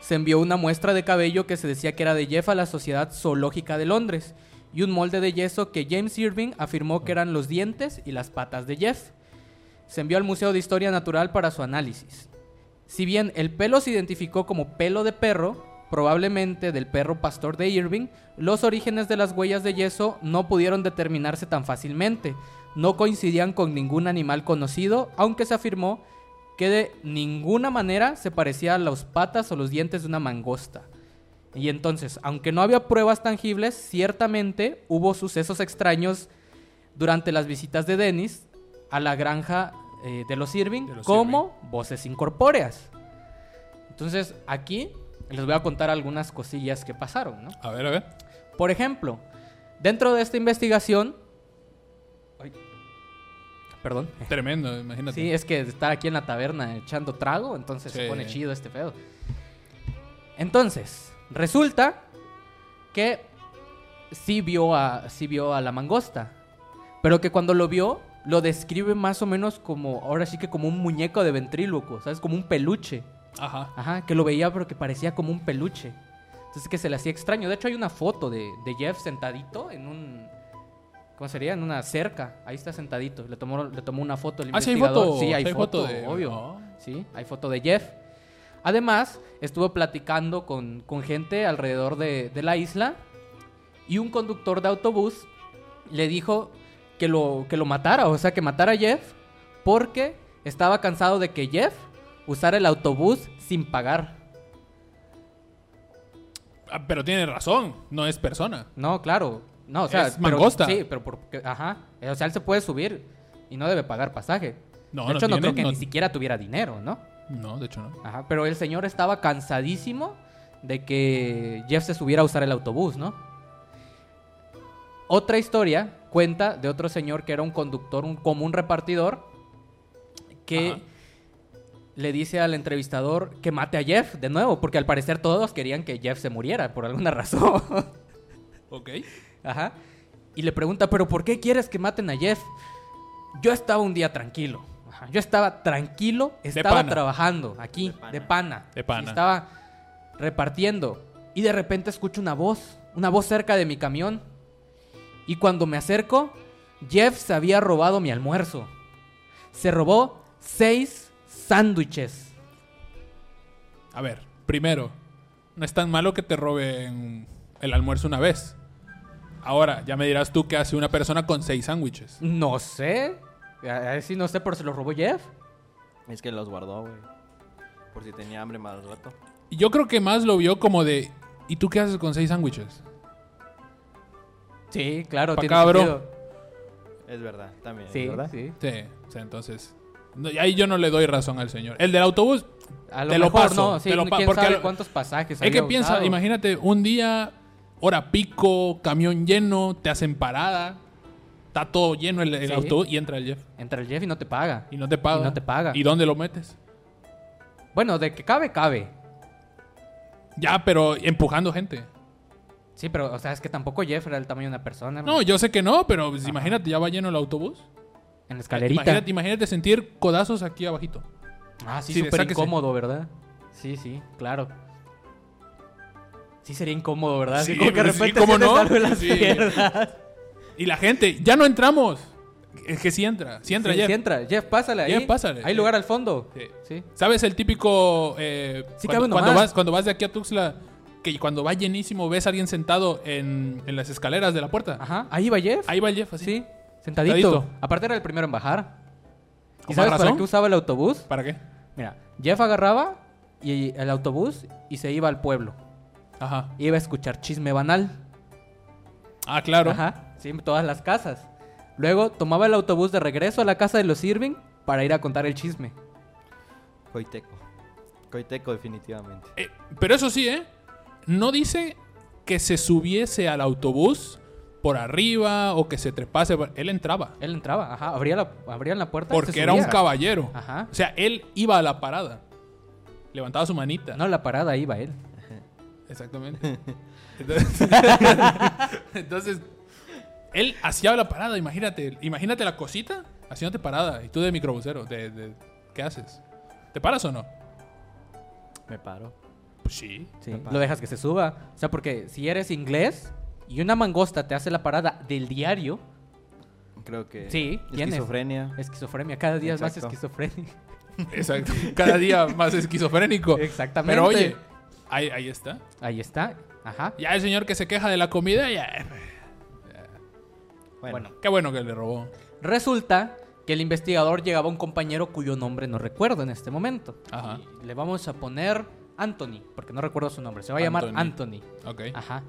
C: se envió una muestra de cabello que se decía que era de Jeff a la Sociedad Zoológica de Londres y un molde de yeso que James Irving afirmó que eran los dientes y las patas de Jeff. Se envió al Museo de Historia Natural para su análisis. Si bien el pelo se identificó como pelo de perro, probablemente del perro pastor de Irving, los orígenes de las huellas de yeso no pudieron determinarse tan fácilmente. No coincidían con ningún animal conocido, aunque se afirmó que de ninguna manera se parecía a las patas o los dientes de una mangosta. Y entonces, aunque no había pruebas tangibles, ciertamente hubo sucesos extraños durante las visitas de Dennis a la granja eh, de los Irving,
A: De los
C: como voces incorpóreas. Entonces, aquí les voy a contar algunas cosillas que pasaron, ¿no?
A: A ver, a ver.
C: Por ejemplo, dentro de esta investigación... Ay. Perdón.
A: Tremendo, imagínate.
C: Sí, es que estar aquí en la taberna echando trago, entonces se
A: Sí.
C: pone chido este pedo. Entonces, resulta que sí vio a, sí vio a la mangosta, pero que cuando lo vio, lo describe más o menos como, ahora sí que como un muñeco de ventríloco, ¿sabes? Como un peluche.
A: Ajá.
C: Ajá, que lo veía pero que parecía como un peluche. Entonces que se le hacía extraño. De hecho hay una foto de, de Jeff sentadito en un... ¿Cómo sería? En una cerca. Ahí está sentadito. Le tomó, le tomó una foto el
A: Ah, sí hay
C: investigador.
A: foto,
C: Sí, hay
A: sí hay
C: foto,
A: foto de-
C: obvio.
A: Ah.
C: Sí, hay foto de Jeff. Además, estuvo platicando con, con gente alrededor de, de la isla y un conductor de autobús le dijo que lo, que lo matara, o sea, que matara a Jeff porque estaba cansado de que Jeff usara el autobús sin pagar.
A: Ah, pero tiene razón, no es persona.
C: No, claro. No, o sea,
A: Es
C: pero-
A: mangosta.
C: sí, pero porque, ajá. eh, O sea, él se puede subir y no debe pagar pasaje.
A: No,
C: de
A: no
C: hecho, no
A: tiene,
C: creo que
A: no-
C: ni siquiera tuviera dinero, ¿no?
A: No, de hecho no.
C: Ajá. Pero el señor estaba cansadísimo de que Jeff se subiera a usar el autobús, ¿no? Otra historia cuenta de otro señor que era un conductor, un común repartidor, que
A: Ajá.
C: le dice al entrevistador que mate a Jeff de nuevo, porque al parecer todos querían que Jeff se muriera por alguna razón.
A: Ok.
C: Ajá. Y le pregunta, ¿pero por qué quieres que maten a Jeff? Yo estaba un día tranquilo. Ajá, Yo estaba tranquilo, estaba
A: pana.
C: trabajando aquí, de pana. De pana.
A: De pana.
C: Sí, estaba repartiendo. Y de repente escucho una voz, una voz cerca de mi camión. Y cuando me acerco, Jeff se había robado mi almuerzo. Se robó seis sándwiches.
A: A ver, primero, no es tan malo que te roben el almuerzo una vez. Ahora, ya me dirás tú qué hace una persona con seis sándwiches.
C: No sé. A- a- Sí, no sé, pero se los robó Jeff.
B: Es que los guardó, güey. Por si tenía hambre más rato.
A: Y Yo creo que más lo vio como de, ¿y tú qué haces con seis sándwiches?
C: Sí, claro,
A: Pa'
C: tiene
A: acá, bro.
C: sentido.
B: Es verdad, también.
C: Sí,
B: ¿verdad?
C: sí.
A: Sí, o sea, entonces... no, y ahí yo no le doy razón al señor. El del autobús,
C: A lo
A: Te lo
C: mejor
A: paso,
C: no, sí,
A: te lo pa-
C: quién
A: porque
C: sabe
A: lo-
C: cuántos
A: es
C: pasajes
A: que
C: había
A: piensa,
C: usado.
A: imagínate, un día, hora pico, camión lleno, te hacen parada, está todo lleno el, el
C: Sí.
A: autobús y entra el Jeff.
C: Entra el Jeff y no te paga.
A: Y no te paga.
C: Y no te paga.
A: ¿Y dónde lo metes?
C: Bueno, de que cabe, cabe.
A: Ya, pero empujando gente.
C: Sí, pero, o sea, es que tampoco Jeff era el tamaño de una persona.
A: No, yo sé que no, pero pues, imagínate, ya va lleno el autobús.
C: En la escalerita.
A: Imagínate, imagínate sentir codazos aquí abajito.
C: Ah, sí,
A: Sí,
C: súper
A: sáquese.
C: incómodo, ¿verdad? Sí, sí, claro. Sí sería incómodo, ¿verdad?
A: Sí,
C: Sí, como que de
A: pues sí,
C: repente
A: ¿cómo
C: sientes
A: no?
C: algo en las
A: Sí.
C: piernas.
A: Y la gente, ya no entramos. Es que sí entra, sí entra
C: Sí,
A: Jeff.
C: sí, entra. Jeff, pásale ahí.
A: Jeff, pásale.
C: Hay lugar al fondo.
A: Sí.
C: Sí.
A: ¿Sabes el típico... eh,
C: Sí,
A: cuando,
C: cabe
A: cuando
C: nomás.
A: vas, cuando vas de aquí a Tuxtla, que cuando va llenísimo ves a alguien sentado en, en las escaleras de la puerta?
C: Ajá. Ahí va Jeff.
A: Ahí va el Jeff así.
C: Sí, sentadito.
A: Sentadito.
C: Aparte era el primero en bajar.
A: ¿Con más
C: ¿Y sabes para
A: razón?
C: qué usaba el autobús?
A: ¿Para qué?
C: Mira, Jeff agarraba y el autobús y se iba al pueblo.
A: Ajá.
C: Iba a escuchar chisme banal.
A: Ah, claro.
C: Ajá. Sí, en todas las casas. Luego tomaba el autobús de regreso a la casa de los Irving para ir a contar el chisme.
B: Coiteco. Coiteco, definitivamente.
A: Eh, pero eso sí, ¿eh? No dice que se subiese al autobús por arriba o que se trepase. por- Él entraba.
C: Él entraba, ajá, abría la, abrían la puerta. y se
A: Porque era un
C: subía.
A: caballero.
C: Ajá.
A: O sea, él iba a la parada. Levantaba su manita.
C: No, la parada iba él.
A: Exactamente. Entonces, Entonces, él hacía la parada, imagínate. Imagínate la cosita haciéndote parada. Y tú de microbusero. De, de- ¿Qué haces? ¿Te paras o no?
B: Me paro.
A: Pues sí.
C: Sí,
B: Capaz.
C: Lo dejas que se suba. O sea, porque si eres inglés y una mangosta te hace la parada del diario,
B: Creo que.
C: Sí, tienes.
B: Esquizofrenia.
C: esquizofrenia, cada día es
B: Exacto.
C: más esquizofrenia.
A: Exacto. Cada día más esquizofrénico.
C: Exactamente.
A: Pero oye, ahí, ahí está.
C: Ahí está, ajá.
A: Ya el señor que se queja de la comida, ya.
B: Bueno.
A: Qué bueno que le robó.
C: Resulta que el investigador llegaba a un compañero cuyo nombre no recuerdo en este momento.
A: Ajá.
C: Y le vamos a poner Anthony, porque no recuerdo su nombre. Se va a llamar
A: Anthony.
C: Anthony.
A: Ok.
C: Ajá.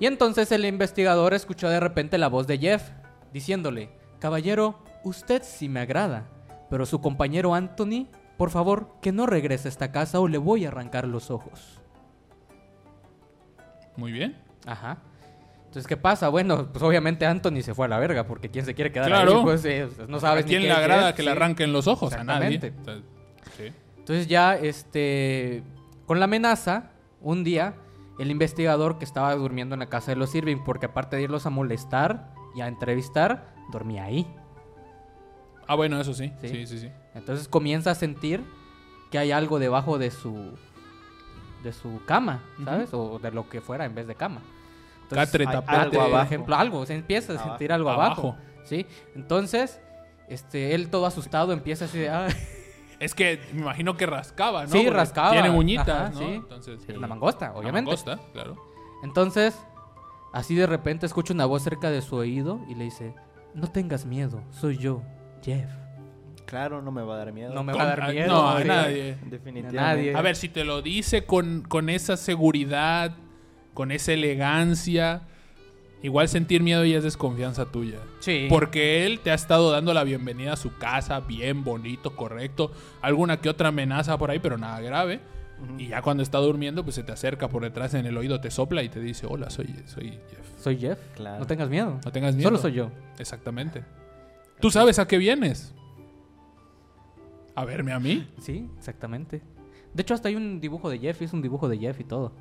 C: Y entonces el investigador escuchó de repente la voz de Jeff, diciéndole, Caballero, usted sí me agrada, pero su compañero Anthony, por favor, que no regrese a esta casa o le voy a arrancar los ojos.
A: Muy bien.
C: Ajá. Entonces, ¿qué pasa? Bueno, pues obviamente Anthony se fue a la verga, porque ¿quién se quiere quedar
A: Claro.
C: ahí? Pues, eh, o sea, no sabes
A: ¿A
C: ni
A: quién
C: qué-
A: le
C: qué
A: agrada
C: es,
A: que le
C: sí.
A: arranquen los ojos? A nadie.
C: Exactamente.
A: O sea, sí.
C: Entonces ya, este, con la amenaza, un día, el investigador que estaba durmiendo en la casa de los Irving, porque aparte de irlos a molestar y a entrevistar, dormía ahí.
A: Ah, bueno, eso sí.
C: Sí.
A: Sí, sí, sí.
C: Entonces comienza a sentir que hay algo debajo de su, de su cama, ¿sabes? O de lo que fuera en vez de cama.
A: Catre,
B: hay-
A: tapate.
C: algo
B: algo
C: abajo.
B: abajo.
C: ejemplo, algo, se empieza a
B: Abajo.
C: sentir algo abajo,
A: Abajo.
C: ¿sí? Entonces, este, él todo asustado empieza así de, "Ah",
A: Es que me imagino que rascaba, ¿no?
C: Sí,
A: Porque
C: rascaba.
A: Tiene uñitas,
C: Ajá,
A: ¿no?
C: sí.
A: Entonces,
C: una mangosta, obviamente.
A: Una mangosta, claro.
C: Entonces, así de repente escucha una voz cerca de su oído y le dice, no tengas miedo, soy yo, Jeff.
B: Claro, no me va a dar miedo.
C: No me
A: Con-
C: va a dar
A: ah,
C: miedo.
A: no, a
C: sí.
A: nadie.
B: Definitivamente.
C: Nadie.
A: A ver, si te lo dice con, con esa seguridad con esa elegancia. Igual sentir miedo ya es desconfianza tuya.
C: Sí.
A: Porque él te ha estado dando la bienvenida a su casa, bien bonito, correcto. Alguna que otra amenaza por ahí, pero nada grave. Y ya cuando está durmiendo, pues se te acerca por detrás en el oído, te sopla y te dice, hola, soy, soy Jeff.
C: Soy Jeff.
B: Claro.
C: No tengas miedo.
A: No tengas miedo.
C: Solo soy yo.
A: Exactamente. Tú sabes a qué vienes. A verme a mí.
C: Sí, exactamente. De hecho, hasta hay un dibujo de Jeff, es un dibujo de Jeff y todo.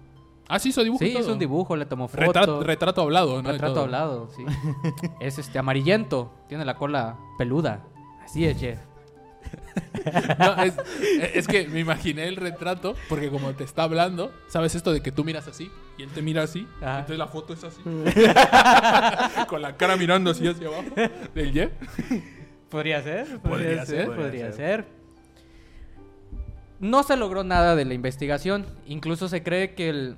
A: Ah, sí, hizo dibujo. y
C: Sí, es
A: todo.
C: un dibujo, le tomó foto.
A: Retra- retrato hablado, ¿no? Y
C: Retrato
A: todo.
C: hablado, sí. es este amarillento, tiene la cola peluda. Así es, Jeff.
A: No, es, eh, es que me imaginé el retrato, porque como te está hablando, ¿sabes esto de que tú miras así y él te mira así?
C: Ajá.
A: Entonces la foto es así. Con la cara mirando así hacia abajo del Jeff.
C: Podría ser,
A: Podría ser,
C: podría
B: podría
C: ser. No se logró nada de la investigación. Incluso se cree que el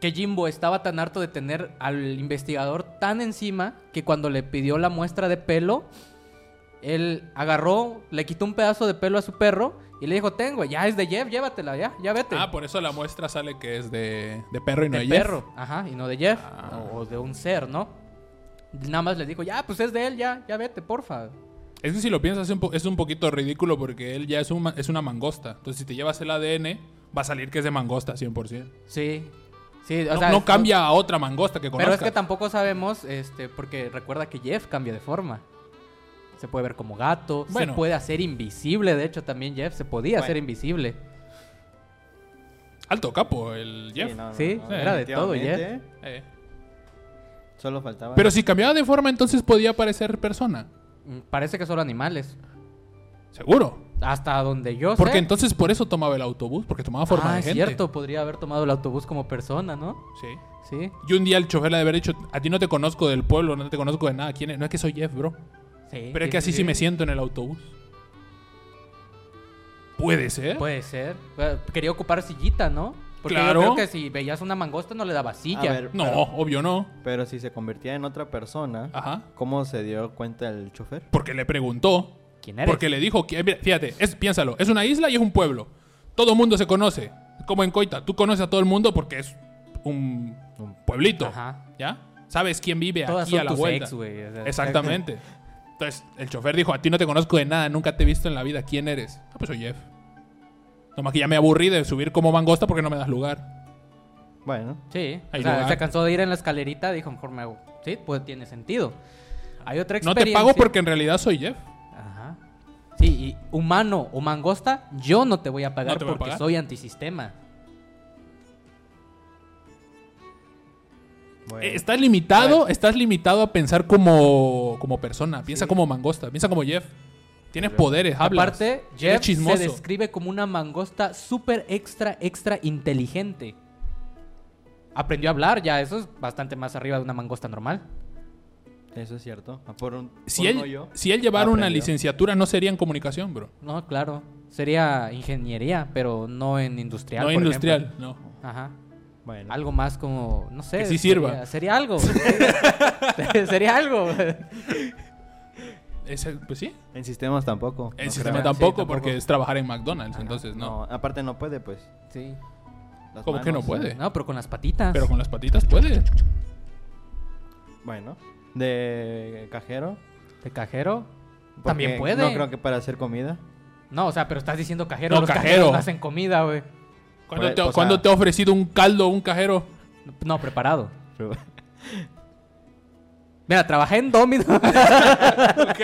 C: que Jimbo estaba tan harto de tener al investigador tan encima que cuando le pidió la muestra de pelo, él agarró, le quitó un pedazo de pelo a su perro y le dijo, tengo, ya es de Jeff, llévatela, ya, ya vete.
A: Ah, por eso la muestra sale que es de, de perro y no
C: de
A: de, Jeff.
C: perro, ajá, y no de Jeff,
A: Ah.
C: o de un ser, ¿no? Nada más le dijo, ya, pues es de él, ya, ya vete, porfa.
A: Es que si lo piensas es un po- es un poquito ridículo porque él ya es, un ma- es una mangosta. Entonces si te llevas el ADN, va a salir que es de mangosta 100%.
C: Sí. Sí, o
A: No,
C: sea,
A: no
C: es-
A: cambia a otra mangosta que
C: Pero
A: conozcas.
C: es que tampoco sabemos, este, porque recuerda que Jeff cambia de forma. Se puede ver como gato,
A: Bueno.
C: se puede hacer invisible, de hecho también Jeff se podía hacer invisible.
A: Alto capo el Jeff.
B: no, no,
C: Sí,
B: no,
A: era
C: de todo,
B: definitivamente,
A: Eh.
B: Solo faltaba.
A: Pero si cambiaba de forma, entonces podía parecer persona.
C: Mm, Parece que solo animales.
A: Seguro.
C: Hasta donde yo
A: Porque
C: sé.
A: entonces por eso tomaba el autobús, porque tomaba forma
C: ah,
A: de
C: es
A: gente.
C: cierto, podría haber tomado el autobús como persona, ¿no?
A: Sí.
C: Sí.
A: Y un día el chofer le ha de haber dicho, a ti no te conozco del pueblo, no te conozco de nada. ¿Quién es? No es que soy Jeff, bro.
C: Sí.
A: Pero es que así sí me siento en el autobús. Puede ser.
C: Puede ser. Bueno, Quería ocupar sillita, ¿no? Porque
A: Claro.
C: yo creo que si veías una mangosta no le daba
B: A
C: silla.
B: ver,
A: No,
B: Pero,
A: obvio no.
B: pero si se convertía en otra persona,
A: Ajá.
B: ¿cómo se dio cuenta el chofer?
A: Porque le preguntó.
C: ¿Quién eres?
A: Porque le dijo que. mira, fíjate, es, piénsalo. Es una isla y es un pueblo. Todo el mundo se conoce. Como en Coita. Tú conoces a todo el mundo porque es un pueblito.
C: Ajá.
A: ¿Ya? Sabes quién vive
C: Todas
A: aquí
C: son
A: a la
C: tus
A: vuelta.
C: ex, güey. o sea,
A: Exactamente. Entonces, el chofer dijo, a ti no te conozco de nada, nunca te he visto en la vida, ¿quién eres? Ah, pues soy Jeff. Nomás que ya me aburrí de subir como mangosta porque no me das lugar.
B: Bueno,
C: Sí, o
A: Hay
C: sea,
A: lugar.
C: se cansó de ir en la escalerita, dijo, mejor me hago. Sí, pues tiene sentido. Hay otra
A: No
C: experiencia.
A: te pago porque en realidad soy Jeff.
C: Ajá. Sí, y humano o mangosta, yo no te voy a pagar
A: No te voy a
C: porque
A: pagar.
C: soy antisistema.
B: bueno.
A: Eh, Estás limitado, estás limitado a pensar como, como persona. Piensa como mangosta, piensa como Jeff. Tienes poderes, hablas.
C: Aparte,
A: eres
C: Jeff se
A: chismoso.
C: describe como una mangosta súper extra, extra inteligente. Aprendió a hablar ya, eso es bastante más arriba de una mangosta normal.
B: Eso es cierto. Ah, Por un,
A: si,
B: por un
A: él,
B: hoyo,
A: si él llevara una
B: aprendió.
A: licenciatura, no sería en comunicación, bro.
C: No, claro. Sería ingeniería, pero no en industrial.
A: no
C: por
A: industrial,
C: ejemplo.
A: no.
C: Ajá.
B: Bueno,
C: Algo más como, no sé.
A: Que sí
C: sería-
A: sirva.
C: Sería algo. sería algo.
A: Ese- pues sí.
B: en sistemas tampoco.
A: El
B: no
A: sistema
B: creo.
C: creas.
A: tampoco,
C: Sí, tampoco.
A: porque es trabajar en McDonald's, entonces no.
B: No, aparte no puede, pues.
C: Sí.
B: Las
A: ¿Cómo que no
B: manos.
A: puede?
C: No, pero con las patitas.
A: Pero con las patitas puede.
B: Bueno, de cajero.
C: ¿De cajero?
B: porque
C: También puede.
B: No creo que para hacer comida.
C: No, o sea, pero estás diciendo cajero.
A: No,
C: los
A: cajero.
C: cajeros no hacen comida, güey.
A: ¿Cuándo,
B: Pues,
A: te,
B: o sea-
A: cuándo te ha ofrecido un caldo un cajero?
C: No, preparado.
B: Pero-
C: Mira, trabajé en Domino's.
A: ok,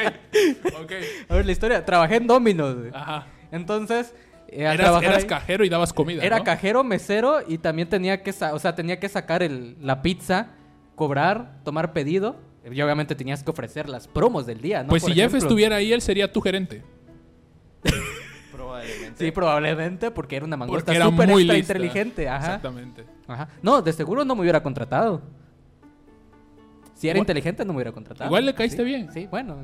A: ok.
C: A ver, la historia. Trabajé en Domino's, güey.
A: Ajá.
C: Entonces, eh, al
A: Ah. Eras,
C: trabajar
A: eras
C: ahí,
A: cajero y dabas comida.
C: era
A: ¿no?
C: cajero, mesero y también tenía que, sa- o sea, tenía que sacar el- la pizza, cobrar, tomar pedido. Y obviamente tenías que ofrecer las promos del día, ¿no?
A: Pues
C: Por
A: si Jeff
C: ejemplo.
A: estuviera ahí, él sería tu gerente.
B: Probablemente.
C: Sí, probablemente porque era una mangosta
A: Porque era
C: súper
A: muy
C: extra
A: lista.
C: inteligente. Ajá.
A: Exactamente.
C: Ajá. No, de seguro no me hubiera contratado. Si era
A: Igual-
C: inteligente, no me hubiera contratado.
A: igual le caíste
C: Sí,
A: bien.
C: Sí, bueno.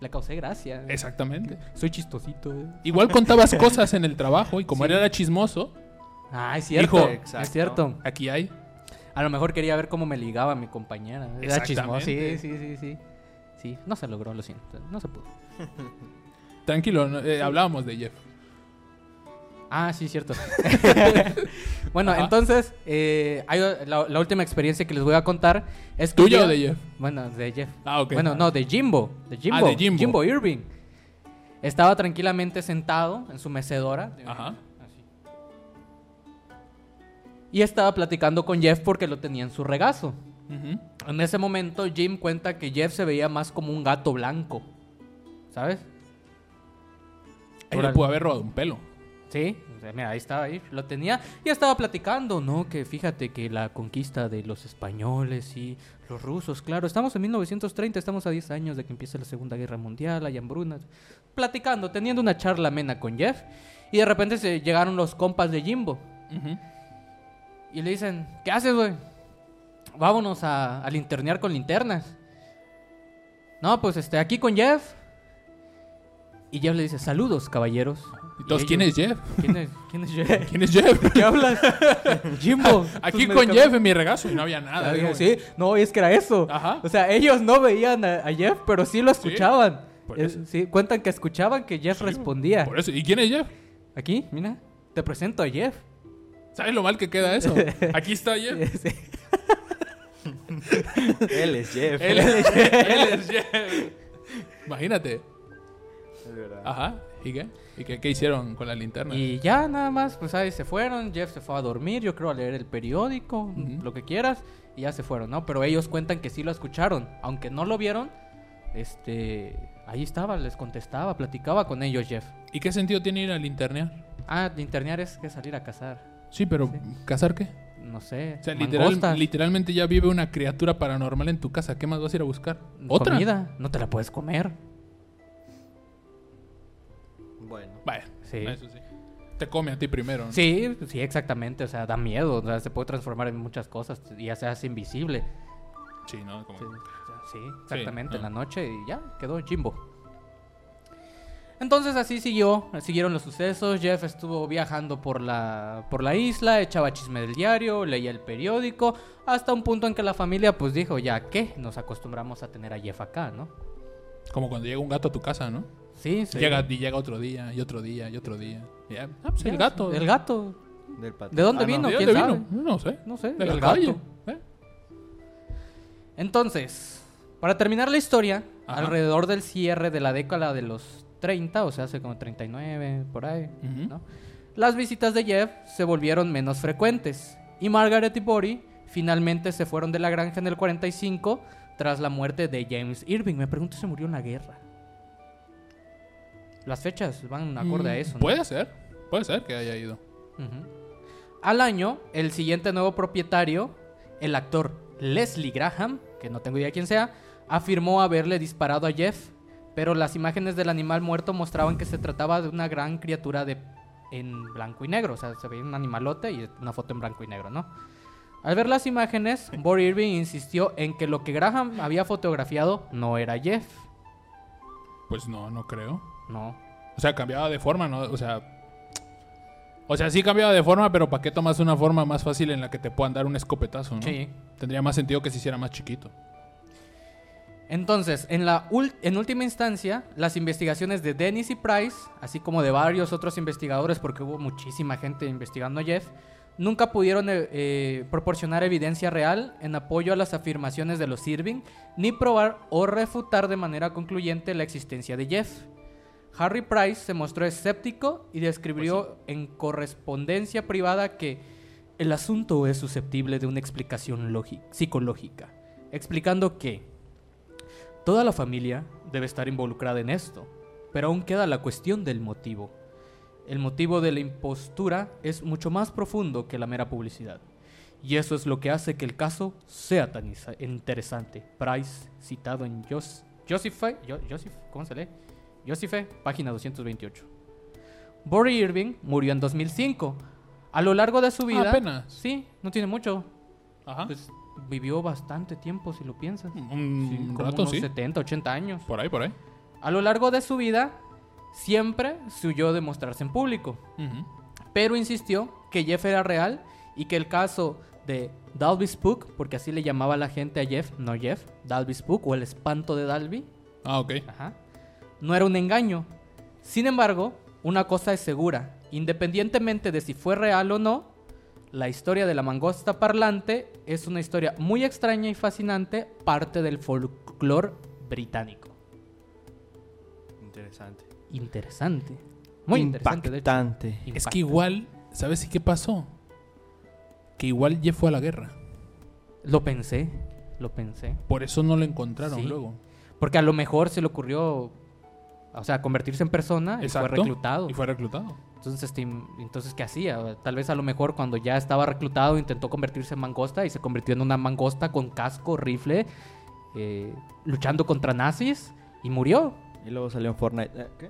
C: Le causé gracia.
A: Exactamente.
C: Soy chistosito. eh.
A: Igual contabas cosas en el trabajo y como él era chismoso,
C: Ah, es cierto.
A: Hijo.
C: es
B: Exacto.
C: cierto.
A: aquí hay.
C: A lo mejor quería ver cómo me ligaba mi compañera. Era chismoso. Sí,
A: Exactamente.
C: sí, sí, sí. Sí, no se logró, lo siento. No se pudo.
A: Tranquilo, no- eh, hablábamos de Jeff.
C: Ah, sí, cierto. bueno,
A: Ajá.
C: entonces, eh, hay o- la, la última experiencia que les voy a contar es que.
A: ¿Tuya
C: yo-
A: o de Jeff?
C: Bueno, de Jeff.
A: Ah, ok. Ah,
C: Bueno, no, de Jimbo. De Jimbo.
A: de Jimbo.
C: Irving. Estaba tranquilamente sentado en su mecedora. de-
A: Ajá.
C: Y estaba platicando con Jeff porque lo tenía en su regazo.
A: Ujú.
C: En ese momento, Jim cuenta que Jeff se veía más como un gato blanco. ¿Sabes?
A: Ahí le
C: Órale.
A: pudo haber robado un pelo.
C: Sí, o sea, mira, ahí estaba, ahí lo tenía y estaba platicando, ¿no? Que fíjate que la conquista de los españoles y los rusos, claro, estamos en 1930, estamos a 10 años de que empiece la Segunda Guerra Mundial, hay hambrunas, platicando, teniendo una charla amena con Jeff y de repente se llegaron los compas de Jimbo
A: Ujú.
C: y le dicen, ¿qué haces, güey? Vámonos a, a linternear con linternas. No, pues este, aquí con Jeff. Y Jeff le dice, saludos, caballeros.
A: Y todos, ¿quién
C: ellos-
A: es Jeff?
C: ¿Quién es, quién es Jeff?
A: ¿Quién es Jeff?
C: ¿Qué hablas? Jimbo.
A: Aquí con
C: tus medicamentos.
A: Jeff en mi regazo y no había nada.
C: Ah,
A: digo,
C: sí, no, es que era eso.
A: Ajá.
C: O sea, ellos no veían a, a Jeff, pero sí lo escuchaban.
A: por
C: Eh,
A: eso.
C: sí, cuentan que escuchaban que Jeff respondía.
A: Por eso. ¿Y quién es Jeff?
C: Aquí, mira, te presento a Jeff.
A: ¿Sabes lo mal que queda eso? Aquí está Jeff.
C: Sí.
B: Él es Jeff.
A: Él, él es Jeff. Imagínate.
B: Es verdad.
A: Ajá. ¿Y qué? ¿Y qué, qué hicieron con la linterna?
C: Y ya nada más, pues ahí se fueron. Jeff se fue a dormir, yo creo a leer el periódico, lo que quieras, y ya se fueron, ¿no? Pero ellos cuentan que sí lo escucharon, aunque no lo vieron. Este, ahí estaba, les contestaba, platicaba con ellos Jeff.
A: ¿Y qué sentido tiene ir a linternear?
C: Ah, linternear es que salir a cazar.
A: Sí, pero ¿cazar qué?
C: No sé.
A: O sea,
C: mangostas,
A: literal, literalmente ya vive una criatura paranormal en tu casa. ¿Qué más vas a ir a buscar? ¿Otra?
C: Mm, Comida. No te la puedes comer.
B: Bueno.
A: Vaya,
C: Sí.
A: eso sí. Te come a ti primero. ¿no?
C: Sí, sí, exactamente. O sea, da miedo. O sea, se puede transformar en muchas cosas y ya se hace invisible.
A: Sí, ¿no? Como-
C: Sí, sí, exactamente,
A: ah.
C: en la noche y ya, quedó Jimbo. Entonces así siguió, siguieron los sucesos, Jeff estuvo viajando por la, por la isla, echaba chisme del diario, leía el periódico, hasta un punto en que la familia pues dijo, ya que nos acostumbramos a tener a Jeff acá, ¿no?
A: Como cuando llega un gato a tu casa, ¿no?
C: Sí, sí.
A: Llega, y llega otro día, y otro día, y otro día. Ya, ah, pues
C: Ya,
A: el gato.
C: El gato,
B: Del patrón.
C: ¿De dónde
B: Ah, no.
C: vino?
A: ¿De
C: ¿Quién
A: dónde
C: sabe?
A: vino? No sé.
C: no sé,
A: De la
C: el
A: calle.
C: gato.
A: ¿eh?
C: Entonces, para terminar la historia,
A: Ajá.
C: alrededor del cierre de la década de los 30, o sea, hace como 39, por ahí,
A: Ujú.
C: ¿no? Las visitas de Jeff se volvieron menos frecuentes y Margaret y Bori finalmente se fueron de la granja en el 45 tras la muerte de James Irving. Me pregunto si se murió en la guerra. Las fechas van acorde a
A: Mm,
C: eso. ¿no?
A: Puede ser. Puede ser que haya ido.
C: Ujú. Al año, el siguiente nuevo propietario, el actor Leslie Graham, que no tengo idea quién sea, afirmó haberle disparado a Jeff, pero las imágenes del animal muerto mostraban que se trataba de una gran criatura de en blanco y negro, o sea, se veía un animalote y una foto en blanco y negro, ¿no? Al ver las imágenes, Bob Irving insistió en que lo que Graham había fotografiado no era Jeff,
A: Pues no, no creo.
C: no.
A: O sea, cambiaba de forma, ¿no? O sea. O sea, sí cambiaba de forma, pero ¿para qué tomas una forma más fácil en la que te puedan dar un escopetazo, no?
C: Sí.
A: Tendría más sentido que se hiciera más chiquito.
C: Entonces, en, la ul- en última instancia, las investigaciones de Dennis y Price, así como de varios otros investigadores, porque hubo muchísima gente investigando a Jeff, nunca pudieron eh, eh, proporcionar evidencia real en apoyo a las afirmaciones de los Irving, ni probar o refutar de manera concluyente la existencia de Jeff. Harry Price se mostró escéptico y describió en correspondencia privada que el asunto es susceptible de una explicación logi- psicológica, explicando que Toda la familia debe estar involucrada en esto, pero aún queda la cuestión del motivo. El motivo de la impostura es mucho más profundo que la mera publicidad. Y eso es lo que hace que el caso sea tan isa- interesante. Price, citado en Jos- Josephe, Jo- Joseph, ¿cómo se lee? Josephe, página 228. Bory Irving murió en 2005. A lo largo de su vida...
A: apenas. Ah.
C: Sí, no tiene mucho.
A: Ajá.
C: Pues vivió bastante tiempo, si lo piensas. Sí,
A: un Mm,
C: como
A: rato,
C: unos
A: sí.
C: 70, 80 años.
A: Por ahí, por ahí.
C: A lo largo de su vida, siempre se huyó de mostrarse en público,
A: Ujú.
C: pero insistió que Jeff era real y que el caso de Dalby Spook, porque así le llamaba la gente a Jeff, no Jeff, Dalby Spook o el espanto de Dalby,
A: Ah, ok.
C: ajá, no era un engaño. Sin embargo, una cosa es segura Independientemente de si fue real o no, la historia de la mangosta parlante es una historia muy extraña y fascinante, parte del folclore británico.
B: Interesante.
C: Interesante. Muy interesante, de hecho.
B: Impactante.
A: Es
C: Impacta.
A: que igual, ¿sabes si qué pasó? Que igual ya fue a la guerra.
C: Lo pensé, lo pensé.
A: Por eso no lo encontraron
C: Sí.
A: luego.
C: Porque a lo mejor se le ocurrió, o sea, convertirse en persona y fue
A: Exacto.
C: reclutado.
A: Y fue reclutado.
C: Entonces, este, entonces, ¿qué hacía? Tal vez a lo mejor cuando ya estaba reclutado intentó convertirse en mangosta y se convirtió en una mangosta con casco, rifle, eh, luchando contra nazis y murió.
B: Y luego salió en Fortnite. Eh, ¿Qué?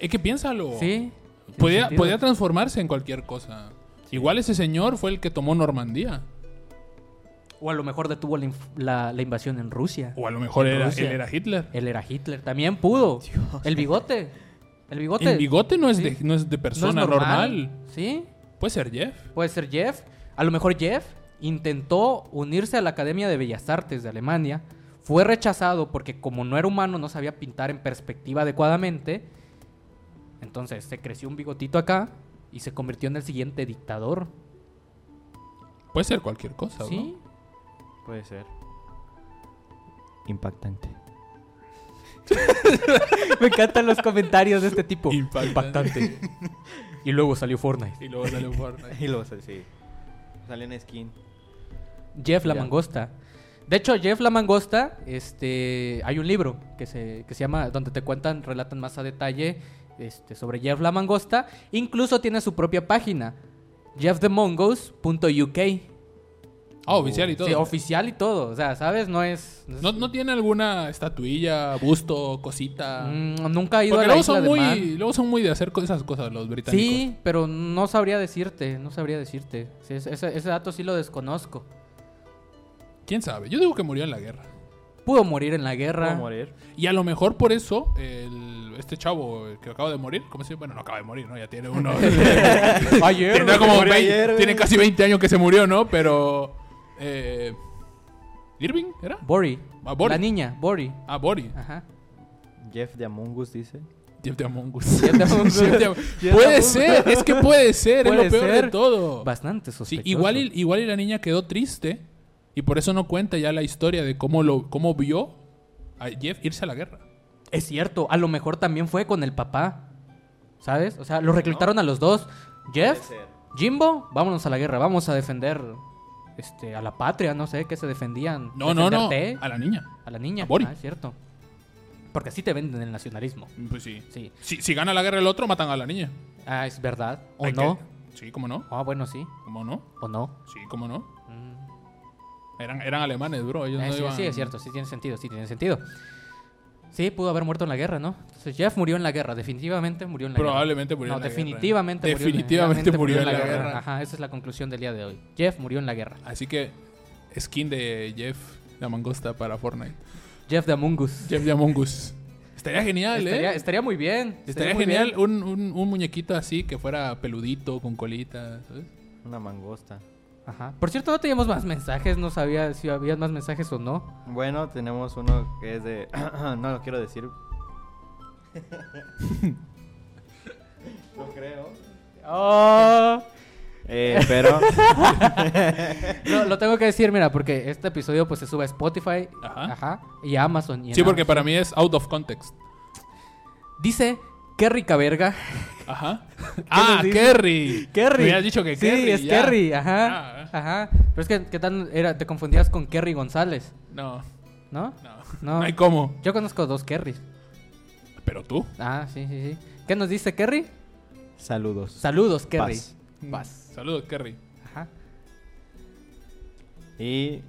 A: Es que piénsalo.
C: Sí. sin
A: Podía,
C: sentido.
A: podía transformarse en cualquier cosa. Igual ese señor fue el que tomó Normandía.
C: O a lo mejor detuvo la, inf- la- la invasión en Rusia.
A: O a lo mejor
C: En
A: era,
C: Rusia.
A: él era Hitler.
C: Él era Hitler. También pudo. El bigote. El bigote.
A: El bigote no es,
C: Sí.
A: de, no es de
C: No es
A: persona normal.
C: Sí.
A: Puede ser Jeff.
C: Puede ser Jeff. A lo mejor Jeff intentó unirse a la Academia de Bellas Artes de Alemania. Fue rechazado porque como no era humano no sabía pintar en perspectiva adecuadamente. Entonces se creció un bigotito acá y se convirtió en el siguiente dictador.
A: Puede ser cualquier cosa. ¿no?
C: ¿Sí?
B: Puede ser. Impactante.
C: Me encantan los comentarios de este tipo.
A: Impactante.
C: y luego salió Fortnite.
A: Y luego salió Fortnite.
B: Y luego salió, sí. Salió en skin.
C: Jeff la
B: Ya.
C: Mangosta. De hecho, Jeff la Mangosta, este, hay un libro que se, que se llama, donde te cuentan, relatan más a detalle este, sobre Jeff la Mangosta. Incluso tiene su propia página, jeffthemongos.uk.
A: Ah, oficial y todo.
C: Sí, oficial y todo. O sea, ¿sabes? No es... es-
A: ¿No, no tiene alguna estatuilla, busto, cosita?
C: Mm, nunca he ido
A: Porque
C: a la
A: luego
C: isla
A: son,
C: de Man.
A: muy, luego son muy de hacer co- esas cosas los británicos.
C: Sí, pero no sabría decirte, no sabría decirte. Sí, es- ese- ese dato sí lo desconozco.
A: ¿Quién sabe? Yo digo que murió en la guerra.
C: Pudo morir en la
B: ¿Puedo
C: guerra.
B: morir?
A: Y a lo mejor por eso, el- este chavo el que acaba de morir, ¿cómo se dice? Bueno, no acaba de morir, ¿no? Ya tiene uno.
C: Ayer,
A: Tendrá
B: güey,
A: como
B: se murió
A: 20
B: ayer, güey.
A: tiene casi 20 años que se murió, ¿no? Pero. Eh, ¿Irving era?
C: Bori.
A: Ah, Bori.
C: La niña, Bori.
A: Ah, Bori.
C: Ajá.
B: Jeff de Among Us dice.
A: Jeff de Among Us.
C: Jeff de Among Us.
A: Jeff de Am-
B: de Among
A: Puede
B: Us.
A: ser, es que puede ser,
C: Puede
A: es lo peor
C: ser.
A: de todo.
C: Bastante
A: Oh. Sí,
C: sospechoso.
A: igual, y, igual y la niña quedó triste y por eso no cuenta ya la historia de cómo, lo, cómo vio a Jeff irse a la guerra.
C: Es cierto, a lo mejor también fue con el papá. ¿Sabes? O sea, lo reclutaron a los dos. Jeff,
B: Puede ser.
C: Jimbo, vámonos a la guerra, vamos a defender este, a la patria, no sé, que se defendían.
A: No, no, no.
C: Defenderte
A: A la niña.
C: A la niña.
A: a Bori.
C: Ah, es cierto. Porque así te venden el nacionalismo.
A: Pues sí.
C: Sí.
A: Si, si gana la guerra el otro, matan a la niña.
C: Ah, es verdad. ¿O
A: Hay que-
C: no?
A: Sí, cómo no.
C: Ah, bueno, sí.
A: ¿Cómo no?
C: ¿O no?
A: Sí, cómo no.
C: Mm.
A: Eran, eran alemanes, bro. Ellos
C: Eh,
A: no
C: sí,
A: iban-
C: sí, es cierto, sí tiene sentido, sí tiene sentido. Sí, pudo haber muerto en la guerra, ¿no? Entonces Jeff murió en la guerra, definitivamente murió en la
A: Probablemente
C: guerra.
A: murió en la guerra. ¿eh?
C: definitivamente murió en la-
A: Definitivamente murió en la guerra.
C: Ajá, esa es la conclusión del día de hoy. Jeff murió en la guerra.
A: Así que, skin de Jeff la mangosta para Fortnite.
C: Jeff de Among Us.
A: Jeff de Among Us. Estaría genial,
C: Estaría,
A: ¿eh?
C: estaría muy bien.
A: Estaría
C: muy
A: genial
C: bien.
A: un, un, un muñequito así que fuera peludito, con colita, ¿sabes?
B: Una mangosta.
C: Ajá. Por cierto, no teníamos más mensajes, no sabía si había más mensajes o no.
B: Bueno, tenemos uno que es de. no lo quiero decir. no creo.
A: Oh.
B: Eh, pero.
C: Lo, lo tengo que decir, mira, porque este episodio pues se sube a Spotify,
A: Ajá.
C: ajá, y a Amazon. y en
A: Sí, porque
C: Amazon.
A: para mí es out of context.
C: Dice, qué rica verga.
A: Ajá. ah,
C: nos dice?
A: Kerry.
C: Kerry.
A: Me hubieras dicho que
C: sí,
A: Kerry.
C: es
A: ya.
C: Kerry, ajá.
A: Ya, eh.
C: Ajá. Pero es que, ¿qué tal era? Te confundías con Kerry González,
A: No,
C: ¿no?
A: no.
C: No.
A: No hay cómo.
C: Yo conozco dos Kerrys.
A: Pero tú.
C: Ah, sí, sí, sí. ¿Qué nos dice Kerry?
B: Saludos.
C: Saludos, Kerry.
B: Paz.
C: Paz.
A: Saludos, Kerry.
C: Ajá.
B: Y.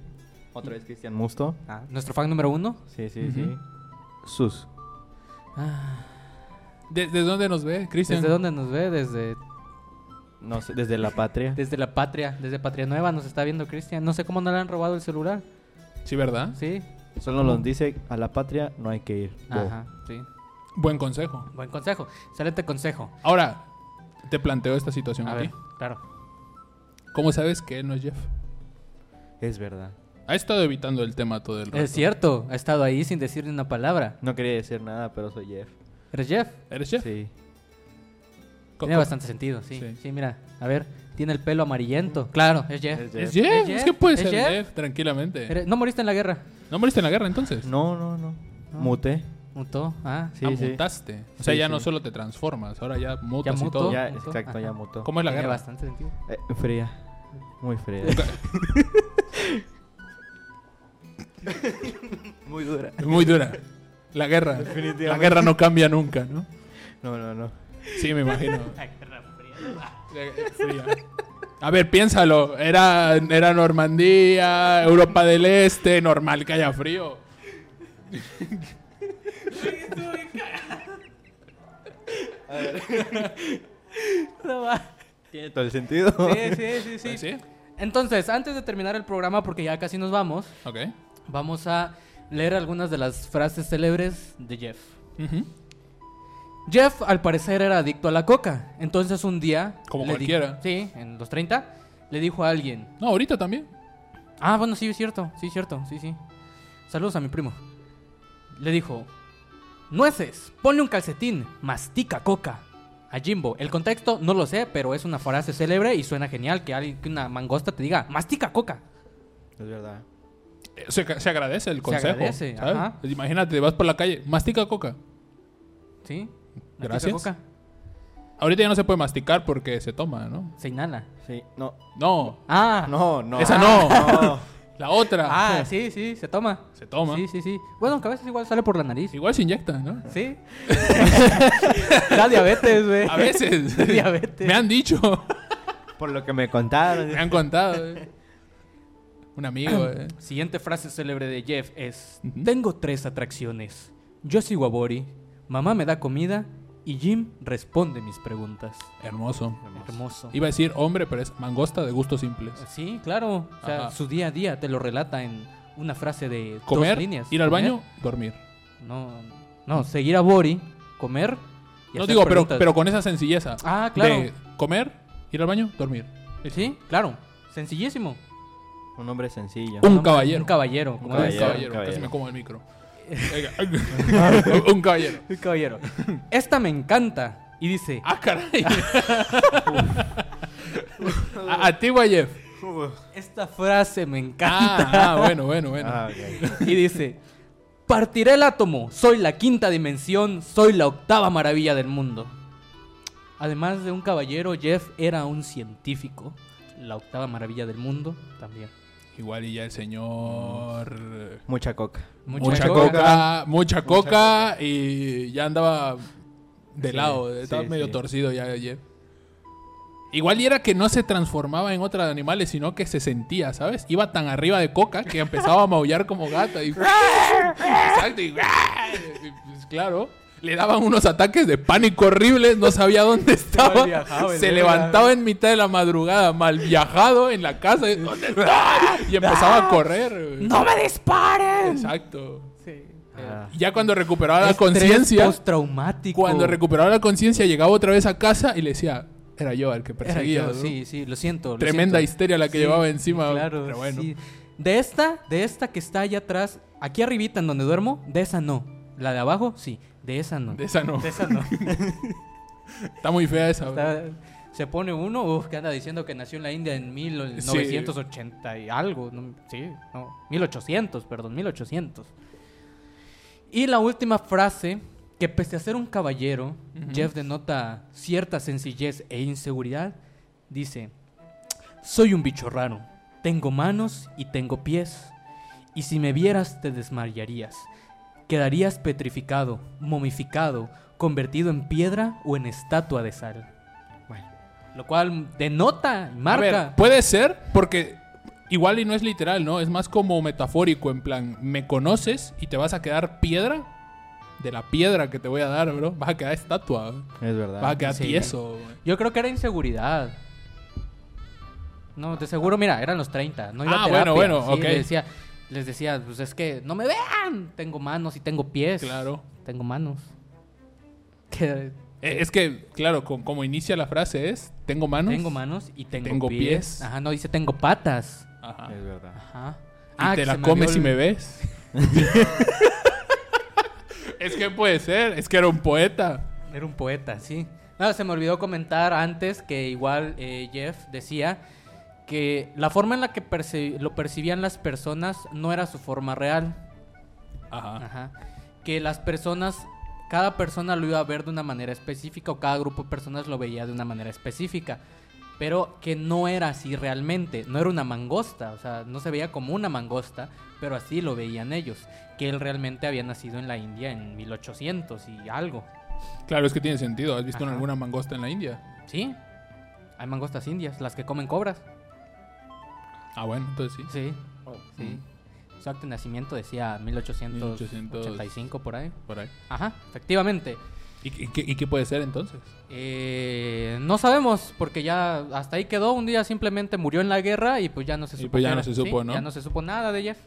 B: Otra vez Cristian Musto.
C: Ah, Nuestro fan número uno.
B: Sí, sí, sí. Sus.
C: Ah,
A: ¿De- ¿Desde dónde nos ve, Cristian?
C: ¿Desde dónde nos ve? Desde,
B: No sé, desde la patria.
C: desde la patria, desde Patria Nueva nos está viendo Cristian. No sé cómo no le han robado el celular.
A: Sí, ¿verdad?
C: Sí.
B: Solo nos dice: a la patria no hay que ir. Bo.
C: Ajá, sí.
A: Buen consejo.
C: Buen consejo. Excelente consejo.
A: Ahora, te planteo esta situación
C: A
A: a,
C: ver,
A: ti.
C: claro.
A: ¿Cómo sabes que no es Jeff?
B: Es verdad.
A: Ha estado evitando el tema todo el rato.
C: Es cierto, ha estado ahí sin decir ni una palabra.
B: No quería decir nada, pero soy Jeff.
C: ¿Eres Jeff?
A: ¿Eres Jeff?
B: Sí.
C: Tiene bastante sentido, sí.
A: Sí.
C: sí. mira. A ver, tiene el pelo amarillento. Claro, es Jeff.
B: Es
A: Es
B: Jeff.
A: Jeff, es,
C: ¿Es Jeff?
A: que puede
C: ¿Es
A: ser
C: Jeff?
A: Jeff, tranquilamente.
C: Eres- No moriste en la guerra.
A: ¿No moriste en la guerra entonces?
B: No, no, no.
C: No.
B: Muté.
C: Mutó. Ah,
B: Sí,
A: ah,
B: sí.
A: mutaste. O sea,
B: Sí,
A: ya
B: sí.
A: no solo te transformas, ahora ya mutas
C: Ya
A: y
C: mutó.
A: todo.
B: Ya,
C: mutó.
B: exacto, ya
C: Ajá.
B: mutó.
A: ¿Cómo es la
C: tiene
A: guerra?
C: bastante sentido.
B: Eh, fría. Muy fría. Muy dura.
A: Muy dura. La guerra. La guerra no cambia nunca, ¿no?
B: No, no, no.
A: Sí, me imagino. eh, Fría. A ver, piénsalo. Era, era Normandía, Europa del Este, normal que haya frío.
B: Tiene todo el sentido.
C: Sí, sí, sí,
A: ¿Sí?
C: sí. Entonces, antes de terminar el programa, porque ya casi nos vamos,
A: Ok.
C: vamos a leer algunas de las frases célebres de Jeff.
A: Ujú.
C: Jeff al parecer era adicto a la coca. Entonces un día...
A: Como
C: le
A: cualquiera.
C: dijo- sí, en los 30. Le dijo a alguien.
A: No, ahorita también.
C: Ah, bueno, sí, es cierto. Sí, es cierto. Sí, sí. Saludos a mi primo. Le dijo... Nueces, ponle un calcetín, mastica coca. A Jimbo. El contexto no lo sé, pero es una frase célebre y suena genial que, alguien, que una mangosta te diga, mastica coca.
B: Es verdad.
A: Eh, Se, se agradece el consejo.
C: agradece,
A: ¿sabes?
C: ajá.
A: Imagínate, vas por la calle, mastica coca.
C: ¿Sí? Mastica
A: Gracias.
C: coca.
A: Ahorita ya no se puede masticar porque se toma, ¿no?
C: Se inhala.
B: Sí. No.
A: No,
C: Ah.
B: No, no. Ah,
A: esa no.
B: No.
A: La otra.
C: Ah, sí, sí, se toma.
A: Se toma.
C: Sí, sí, sí. Bueno, que a veces igual sale por la nariz.
A: Igual se inyecta, ¿no?
C: Sí. da diabetes, güey.
A: A veces.
C: Diabetes.
A: Me han dicho.
B: Por lo que me contaron.
A: Me han contado. eh. Un amigo. eh.
C: Siguiente frase célebre de Jeff es:
A: Ujú.
C: Tengo tres atracciones. Yo sigo a Bori, mamá me da comida y Jim responde mis preguntas.
A: Hermoso.
C: Hermoso.
A: Iba a decir hombre, pero es mangosta de gustos simples.
C: Sí, claro. O sea,
A: Ajá.
C: su día a día te lo relata en una frase de
A: Comer,
C: dos líneas.
A: ir al
C: Comer,
A: baño, dormir.
C: No, no, seguir a Bori, comer. y
A: No
C: hacer
A: digo, pero,
C: preguntas.
A: pero con esa sencilleza.
C: Ah, claro.
A: De comer, ir al baño, dormir.
C: Sí, claro. Sencillísimo.
B: Un hombre sencillo.
A: Un
C: hombre-
A: caballero.
C: Un caballero. como
A: Un
B: caballero,
A: caballero,
B: un
A: Casi
B: caballero.
A: me como el micro. Venga. un caballero.
C: Un caballero. Esta me encanta. Y dice,
A: Ah, caray. a, a ti, güey, Jeff.
C: esta frase me encanta.
A: Ah, ah, bueno, bueno, bueno.
B: Ah, ok.
C: Y dice, partiré el átomo. Soy la quinta dimensión. Soy la octava maravilla del mundo. Además de un caballero, Jeff era un científico. La octava maravilla del mundo también.
A: Igual y ya el señor.
B: Mucha coca.
A: Mucha
B: coca.
A: coca, mucha coca y ya andaba de
B: Sí,
A: lado, estaba
B: sí,
A: medio
B: sí.
A: torcido ya Jeff. Igual y era que no se transformaba en otra de animales, sino que se sentía, ¿sabes? Iba tan arriba de coca que empezaba a maullar como gata y Exacto, y pues, claro, le daban unos ataques de pánico horribles, no sabía dónde estaba.
C: viajado, el
A: se
C: verga.
A: levantaba en mitad de la madrugada, mal viajado en la casa y, ¿dónde está? Y empezaba a correr. güey.
D: ¡No me disparen!
A: Exacto.
B: Ah.
A: Y Ya cuando recuperaba la
C: Estrés
A: conciencia,
C: Postraumático.
A: cuando recuperaba la conciencia, llegaba otra vez a casa y le decía, era yo el que
C: Era
A: perseguía.
C: yo,
A: ¿no?
C: Sí, sí, lo siento. lo
A: Tremenda
C: siento.
A: histeria la que
C: Sí,
A: llevaba encima.
C: Claro,
A: pero bueno.
C: sí. De esta, de esta que está allá atrás, aquí arribita en donde duermo, de esa no. La de abajo, sí, de esa no.
A: De esa no.
C: De esa no.
A: Está muy fea esa. güey.
C: Está- se pone uno, uf, que anda diciendo que nació en la India en 1980 y algo. no, sí, no, 1800, perdón, 1800. Y la última frase, que pese a ser un caballero, Jeff denota cierta sencillez e inseguridad, dice, soy un bicho raro, tengo manos y tengo pies, y si me vieras te desmayarías, quedarías petrificado, momificado, convertido en piedra o en estatua de sal.
B: Bueno.
C: Lo cual denota,
A: A
C: marca.
A: ver, puede ser porque igual y no es literal, ¿no? Es más como metafórico, en plan, me conoces y te vas a quedar piedra. De la piedra que te voy a dar, bro. Vas a quedar estatua. güey.
B: Es verdad.
A: Vas a quedar
C: Ah, sí.
A: tieso. güey.
C: Yo creo que era inseguridad. No, de seguro, mira, eran los 30. No iba
A: Ah,
C: a terapia.
A: bueno, bueno,
C: Sí,
A: ok.
C: Les decía, les decía, pues es que no me vean. Tengo manos y tengo pies.
A: Claro.
C: Tengo manos. Que-
A: Eh, Es que, claro, con- como inicia la frase es, tengo manos.
C: Tengo manos y tengo,
A: Tengo
C: pies.
A: pies.
C: Ajá, no dice tengo patas.
A: Ajá.
B: Es verdad.
C: Ajá.
A: Y
C: Ah,
A: te
C: que
A: la
C: se
A: comes y
C: abrió el-
A: me ves. es que puede ser, es que era un poeta.
C: Era un poeta, sí. No, se me olvidó comentar antes que igual eh, Jeff decía que la forma en la que perci- lo percibían las personas no era su forma real.
A: Ajá.
C: Ajá. Que las personas, cada persona lo iba a ver de una manera específica o cada grupo de personas lo veía de una manera específica. Pero que no era así realmente, no era una mangosta, o sea, no se veía como una mangosta, pero así lo veían ellos. Que él realmente había nacido en la India en 1800 y algo.
A: Claro, es que tiene sentido. ¿Has visto
C: Ajá.
A: alguna mangosta en la India?
C: Sí, hay mangostas indias, las que comen cobras.
A: Ah, bueno, entonces sí.
C: Sí, sí. Su acto de nacimiento decía 1885 por ahí.
A: Por ahí.
C: Ajá, efectivamente.
A: ¿Y, qué- y qué, y qué puede ser entonces?
C: Eh, no sabemos, porque ya hasta ahí quedó. Un día simplemente murió en la guerra y pues ya no se
A: Y
C: supo.
A: pues ya
C: qué
A: no
C: era.
A: se supo,
C: Sí,
A: ¿no?
C: Ya no se supo nada de Jeff.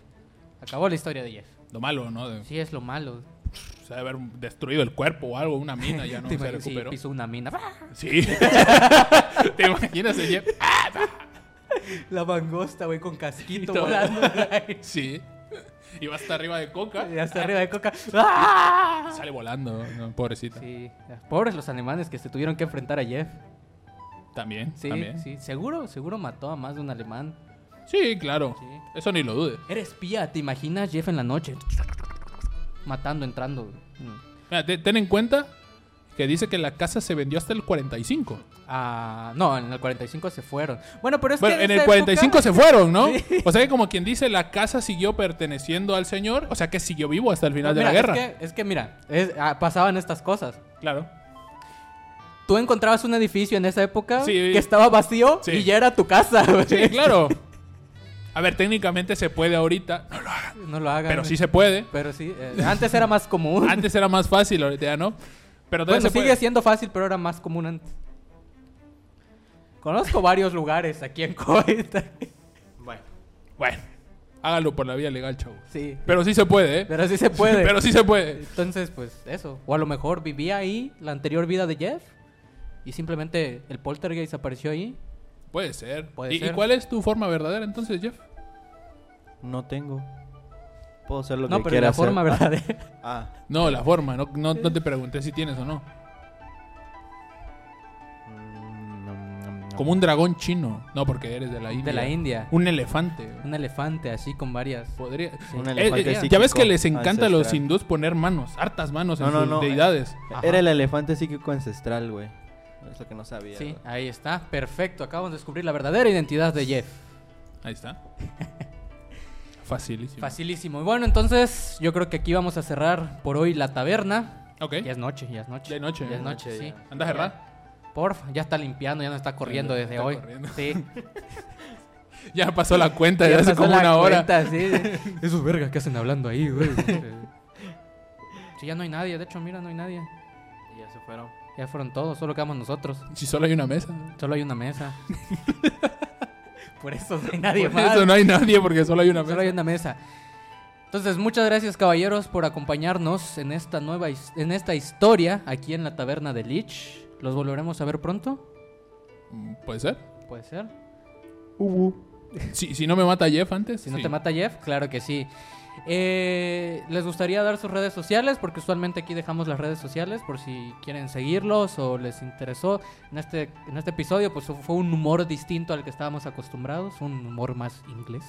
C: Acabó la historia de Jeff.
A: Lo malo, ¿no? De,
C: Sí, es lo malo.
A: se debe haber destruido el cuerpo o algo, una mina, ya no se
C: Te imaginas si
A: recuperó.
C: pisó una mina.
A: Sí. ¿Te imaginas, Jeff?
C: La mangosta, güey, con casquito
A: todo.
C: volando.
A: Sí. Y va hasta arriba de coca.
C: y hasta arriba de coca. ¡Ah!
A: Sale volando, ¿no? pobrecita.
C: Sí, pobres los alemanes que se tuvieron que enfrentar a Jeff.
A: También,
C: Sí,
A: también. Sí.
C: sí, seguro, seguro mató a más de un alemán.
A: claro.
C: Sí.
A: Eso ni lo dude.
C: Eres espía, ¿te imaginas Jeff en la noche? Matando, entrando. Mm.
A: Mira, te- ten en cuenta que dice que la casa se vendió hasta el 45.
C: Ah, no, en el 45 se fueron. Bueno, pero es
A: Bueno,
C: que
A: en el
C: esa
A: 45
C: época-
A: se fueron, ¿no?
C: Sí.
A: O sea que como quien dice, la casa siguió perteneciendo al señor, o sea que siguió vivo hasta el final
C: Pues Mira,
A: de la guerra.
C: Es que, es que mira, es- ah, pasaban estas cosas.
A: Claro.
C: Tú encontrabas un edificio en esa época
A: Sí.
C: que estaba vacío
A: Sí.
C: y ya era tu casa. güey.
A: Sí, claro. A ver, técnicamente se puede ahorita, no lo hagan,
C: No lo hagan.
A: pero sí se puede.
C: Pero sí, eh, antes era más común.
A: Antes era más fácil, ahorita ya no. Pero todavía
C: Bueno,
A: se puede.
C: sigue siendo fácil, pero era más común antes. Conozco varios lugares aquí en Coita.
B: Bueno.
A: Bueno, hágalo por la vía legal, chavos.
C: Sí,
A: Pero sí se puede, ¿eh?
C: pero sí se puede.
A: Pero sí se puede.
C: Entonces, pues eso. O a lo mejor vivía ahí la anterior vida de Jeff y simplemente el poltergeist apareció ahí.
A: Puede ser.
C: Puede
A: ¿Y, y
C: ser.
A: cuál es tu forma verdadera entonces, Jeff?
B: No tengo. Puedo hacer lo
C: No,
B: que
C: pero
B: quiera
C: la
B: hacer.
C: forma verdadera.
B: Ah.
A: No, la forma. No, no, no te pregunté si tienes o no.
B: Mm, nom, nom, nom.
A: Como un dragón chino. No, porque eres de la India.
C: De la India.
A: Un elefante.
C: Un elefante así con varias.
A: Podría.
B: Un
A: Eh,
B: elefante
A: eh, ya
B: psíquico Ah,
A: ves que les encanta a los
B: ancestral.
A: hindús poner manos, hartas manos en
B: No, no,
A: sus
B: no. eh.
A: deidades.
C: Ajá.
B: Era el elefante psíquico ancestral, güey. Es lo que no sabía.
C: Sí,
B: güey.
C: ahí está. Perfecto. Acabamos de descubrir la verdadera identidad de Jeff.
A: Ahí está. Facilísimo.
C: Facilísimo. Y bueno, entonces yo creo que aquí vamos a cerrar por hoy la taberna.
A: Ok.
C: Ya es noche, ya es noche.
A: ¿Eh? Ya es noche.
C: Ya es noche, sí.
B: ya.
A: ¿Andas errada?
C: Porfa, ya está limpiando, ya no está corriendo
A: no
C: desde
A: está
C: hoy.
A: corriendo.
C: Sí.
A: Ya pasó la cuenta, ya, hace
C: pasó
A: como
C: la
A: una hora.
C: cuenta, sí. Esos vergas que hacen hablando ahí, güey. sí, ya no hay nadie, de hecho, mira, no hay nadie.
B: Y ya se fueron.
C: Ya fueron todos, solo quedamos nosotros.
A: Si solo hay una mesa.
C: Solo hay una mesa. Por eso no hay nadie
A: Por
C: más.
A: eso no hay nadie porque solo hay una mesa.
C: Solo hay una mesa. Entonces, muchas gracias, caballeros, por acompañarnos en esta nueva his- en esta historia aquí en la taberna de Lich. Los volveremos a ver pronto.
A: Mm, Puede ser.
C: Puede ser.
A: Si, si no me mata Jeff antes.
C: Si no
A: sí.
C: te mata Jeff, claro que sí. Eh, ¿Les gustaría dar sus redes sociales? Porque usualmente aquí dejamos las redes sociales por si quieren seguirlos o les interesó. En este, en este episodio pues fue un humor distinto al que estábamos acostumbrados, un humor más inglés.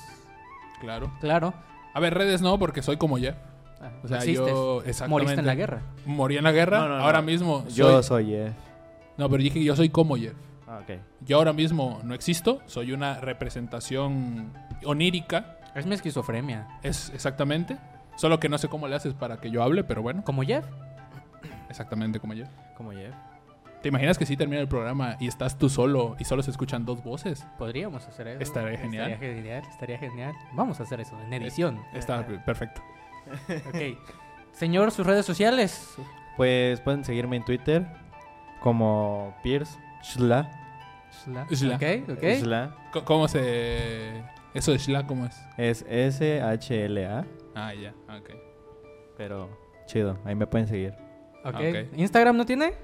A: Claro.
C: Claro,
A: A ver, redes no, porque soy como Jeff.
C: ah,
A: O sea,
C: existes,
A: yo exactamente.
C: moriste en la guerra.
A: Morí en la guerra.
B: No, no, no.
A: Ahora mismo. soy-
B: Yo soy Jeff.
A: No, pero dije que yo soy como Jeff.
B: Ah, ok.
A: Yo ahora mismo no existo. Soy una representación onírica.
C: Es mi esquizofrenia.
A: Es exactamente. Solo que no sé cómo le haces para que yo hable, pero bueno,
C: ¿Como Jeff?
A: exactamente como Jeff.
B: Como Jeff.
A: ¿Te imaginas que si termina el programa y estás tú solo y solo se escuchan dos voces?
C: Podríamos hacer eso.
A: Estaría genial. Eh.
C: Estaría genial, estaría genial. Vamos a hacer eso en edición.
A: Está perfecto.
C: Ok. Señor, sus redes sociales.
B: Pues pueden seguirme en Twitter como Pierce Schla.
A: Shla.
C: Ok, ok.
B: Schla
A: Co- ¿Cómo se. Eso de Shla, cómo es?
B: es S-H-L-A.
A: Ah, ya, ok.
B: Pero chido, ahí me pueden seguir.
A: Ah, Ok.
C: ok. ¿Instagram no tiene?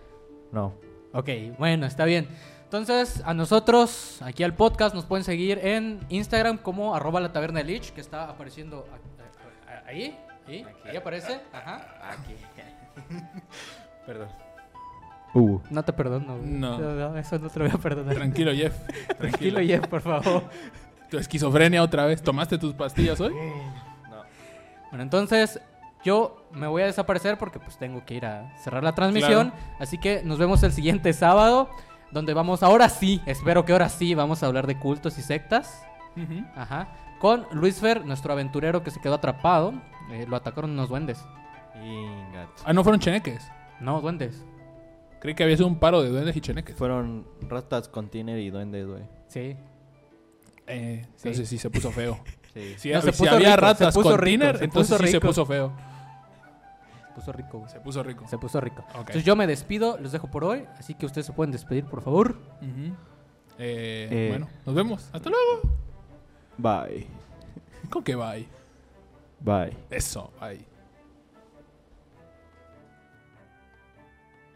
B: No.
C: Ok, bueno, está bien. Entonces, a nosotros, aquí al podcast, nos pueden seguir en Instagram como arroba la taberna de Lich, que está apareciendo a- a- a- ahí. ¿sí? Ahí aparece. Ajá.
B: Perdón. Uh.
C: No te perdono, güey.
A: No.
C: Eso no te lo voy a perdonar.
A: Tranquilo, Jeff.
C: Tranquilo,
A: Tranquilo.
C: Jeff, por favor.
A: Tu esquizofrenia otra vez. ¿Tomaste tus pastillas hoy?
C: Bueno, entonces yo me voy a desaparecer porque pues tengo que ir a cerrar la transmisión. Así que nos vemos el siguiente sábado, donde vamos ahora sí, espero que ahora sí vamos a hablar de cultos y sectas.
A: Ujú.
C: Ajá. Con Luis Fer, nuestro aventurero que se quedó atrapado. Eh, lo atacaron unos duendes.
B: Ingato.
A: Ah, no fueron cheneques.
C: No, duendes.
A: Creí que había sido un paro de duendes y cheneques.
B: Fueron ratas, container y duendes, güey.
C: Sí.
A: Eh, entonces sí se puso feo.
B: Sí.
A: Si,
C: No, se
A: si
C: puso
A: ah, había
C: rico,
A: ratas
C: se puso
A: con
C: rico,
A: dinner,
C: se
A: entonces
C: puso
A: sí se
C: rico.
A: puso feo.
C: Se puso rico. güey.
A: Se puso rico.
C: Se puso rico.
A: Ok.
C: Entonces yo me despido, los dejo por hoy. Así que ustedes se pueden despedir, por favor.
A: Ujú. Eh,
B: Eh.
A: Bueno, nos vemos. Hasta luego.
B: Bye.
A: ¿Con qué bye?
B: Bye.
A: Eso, bye.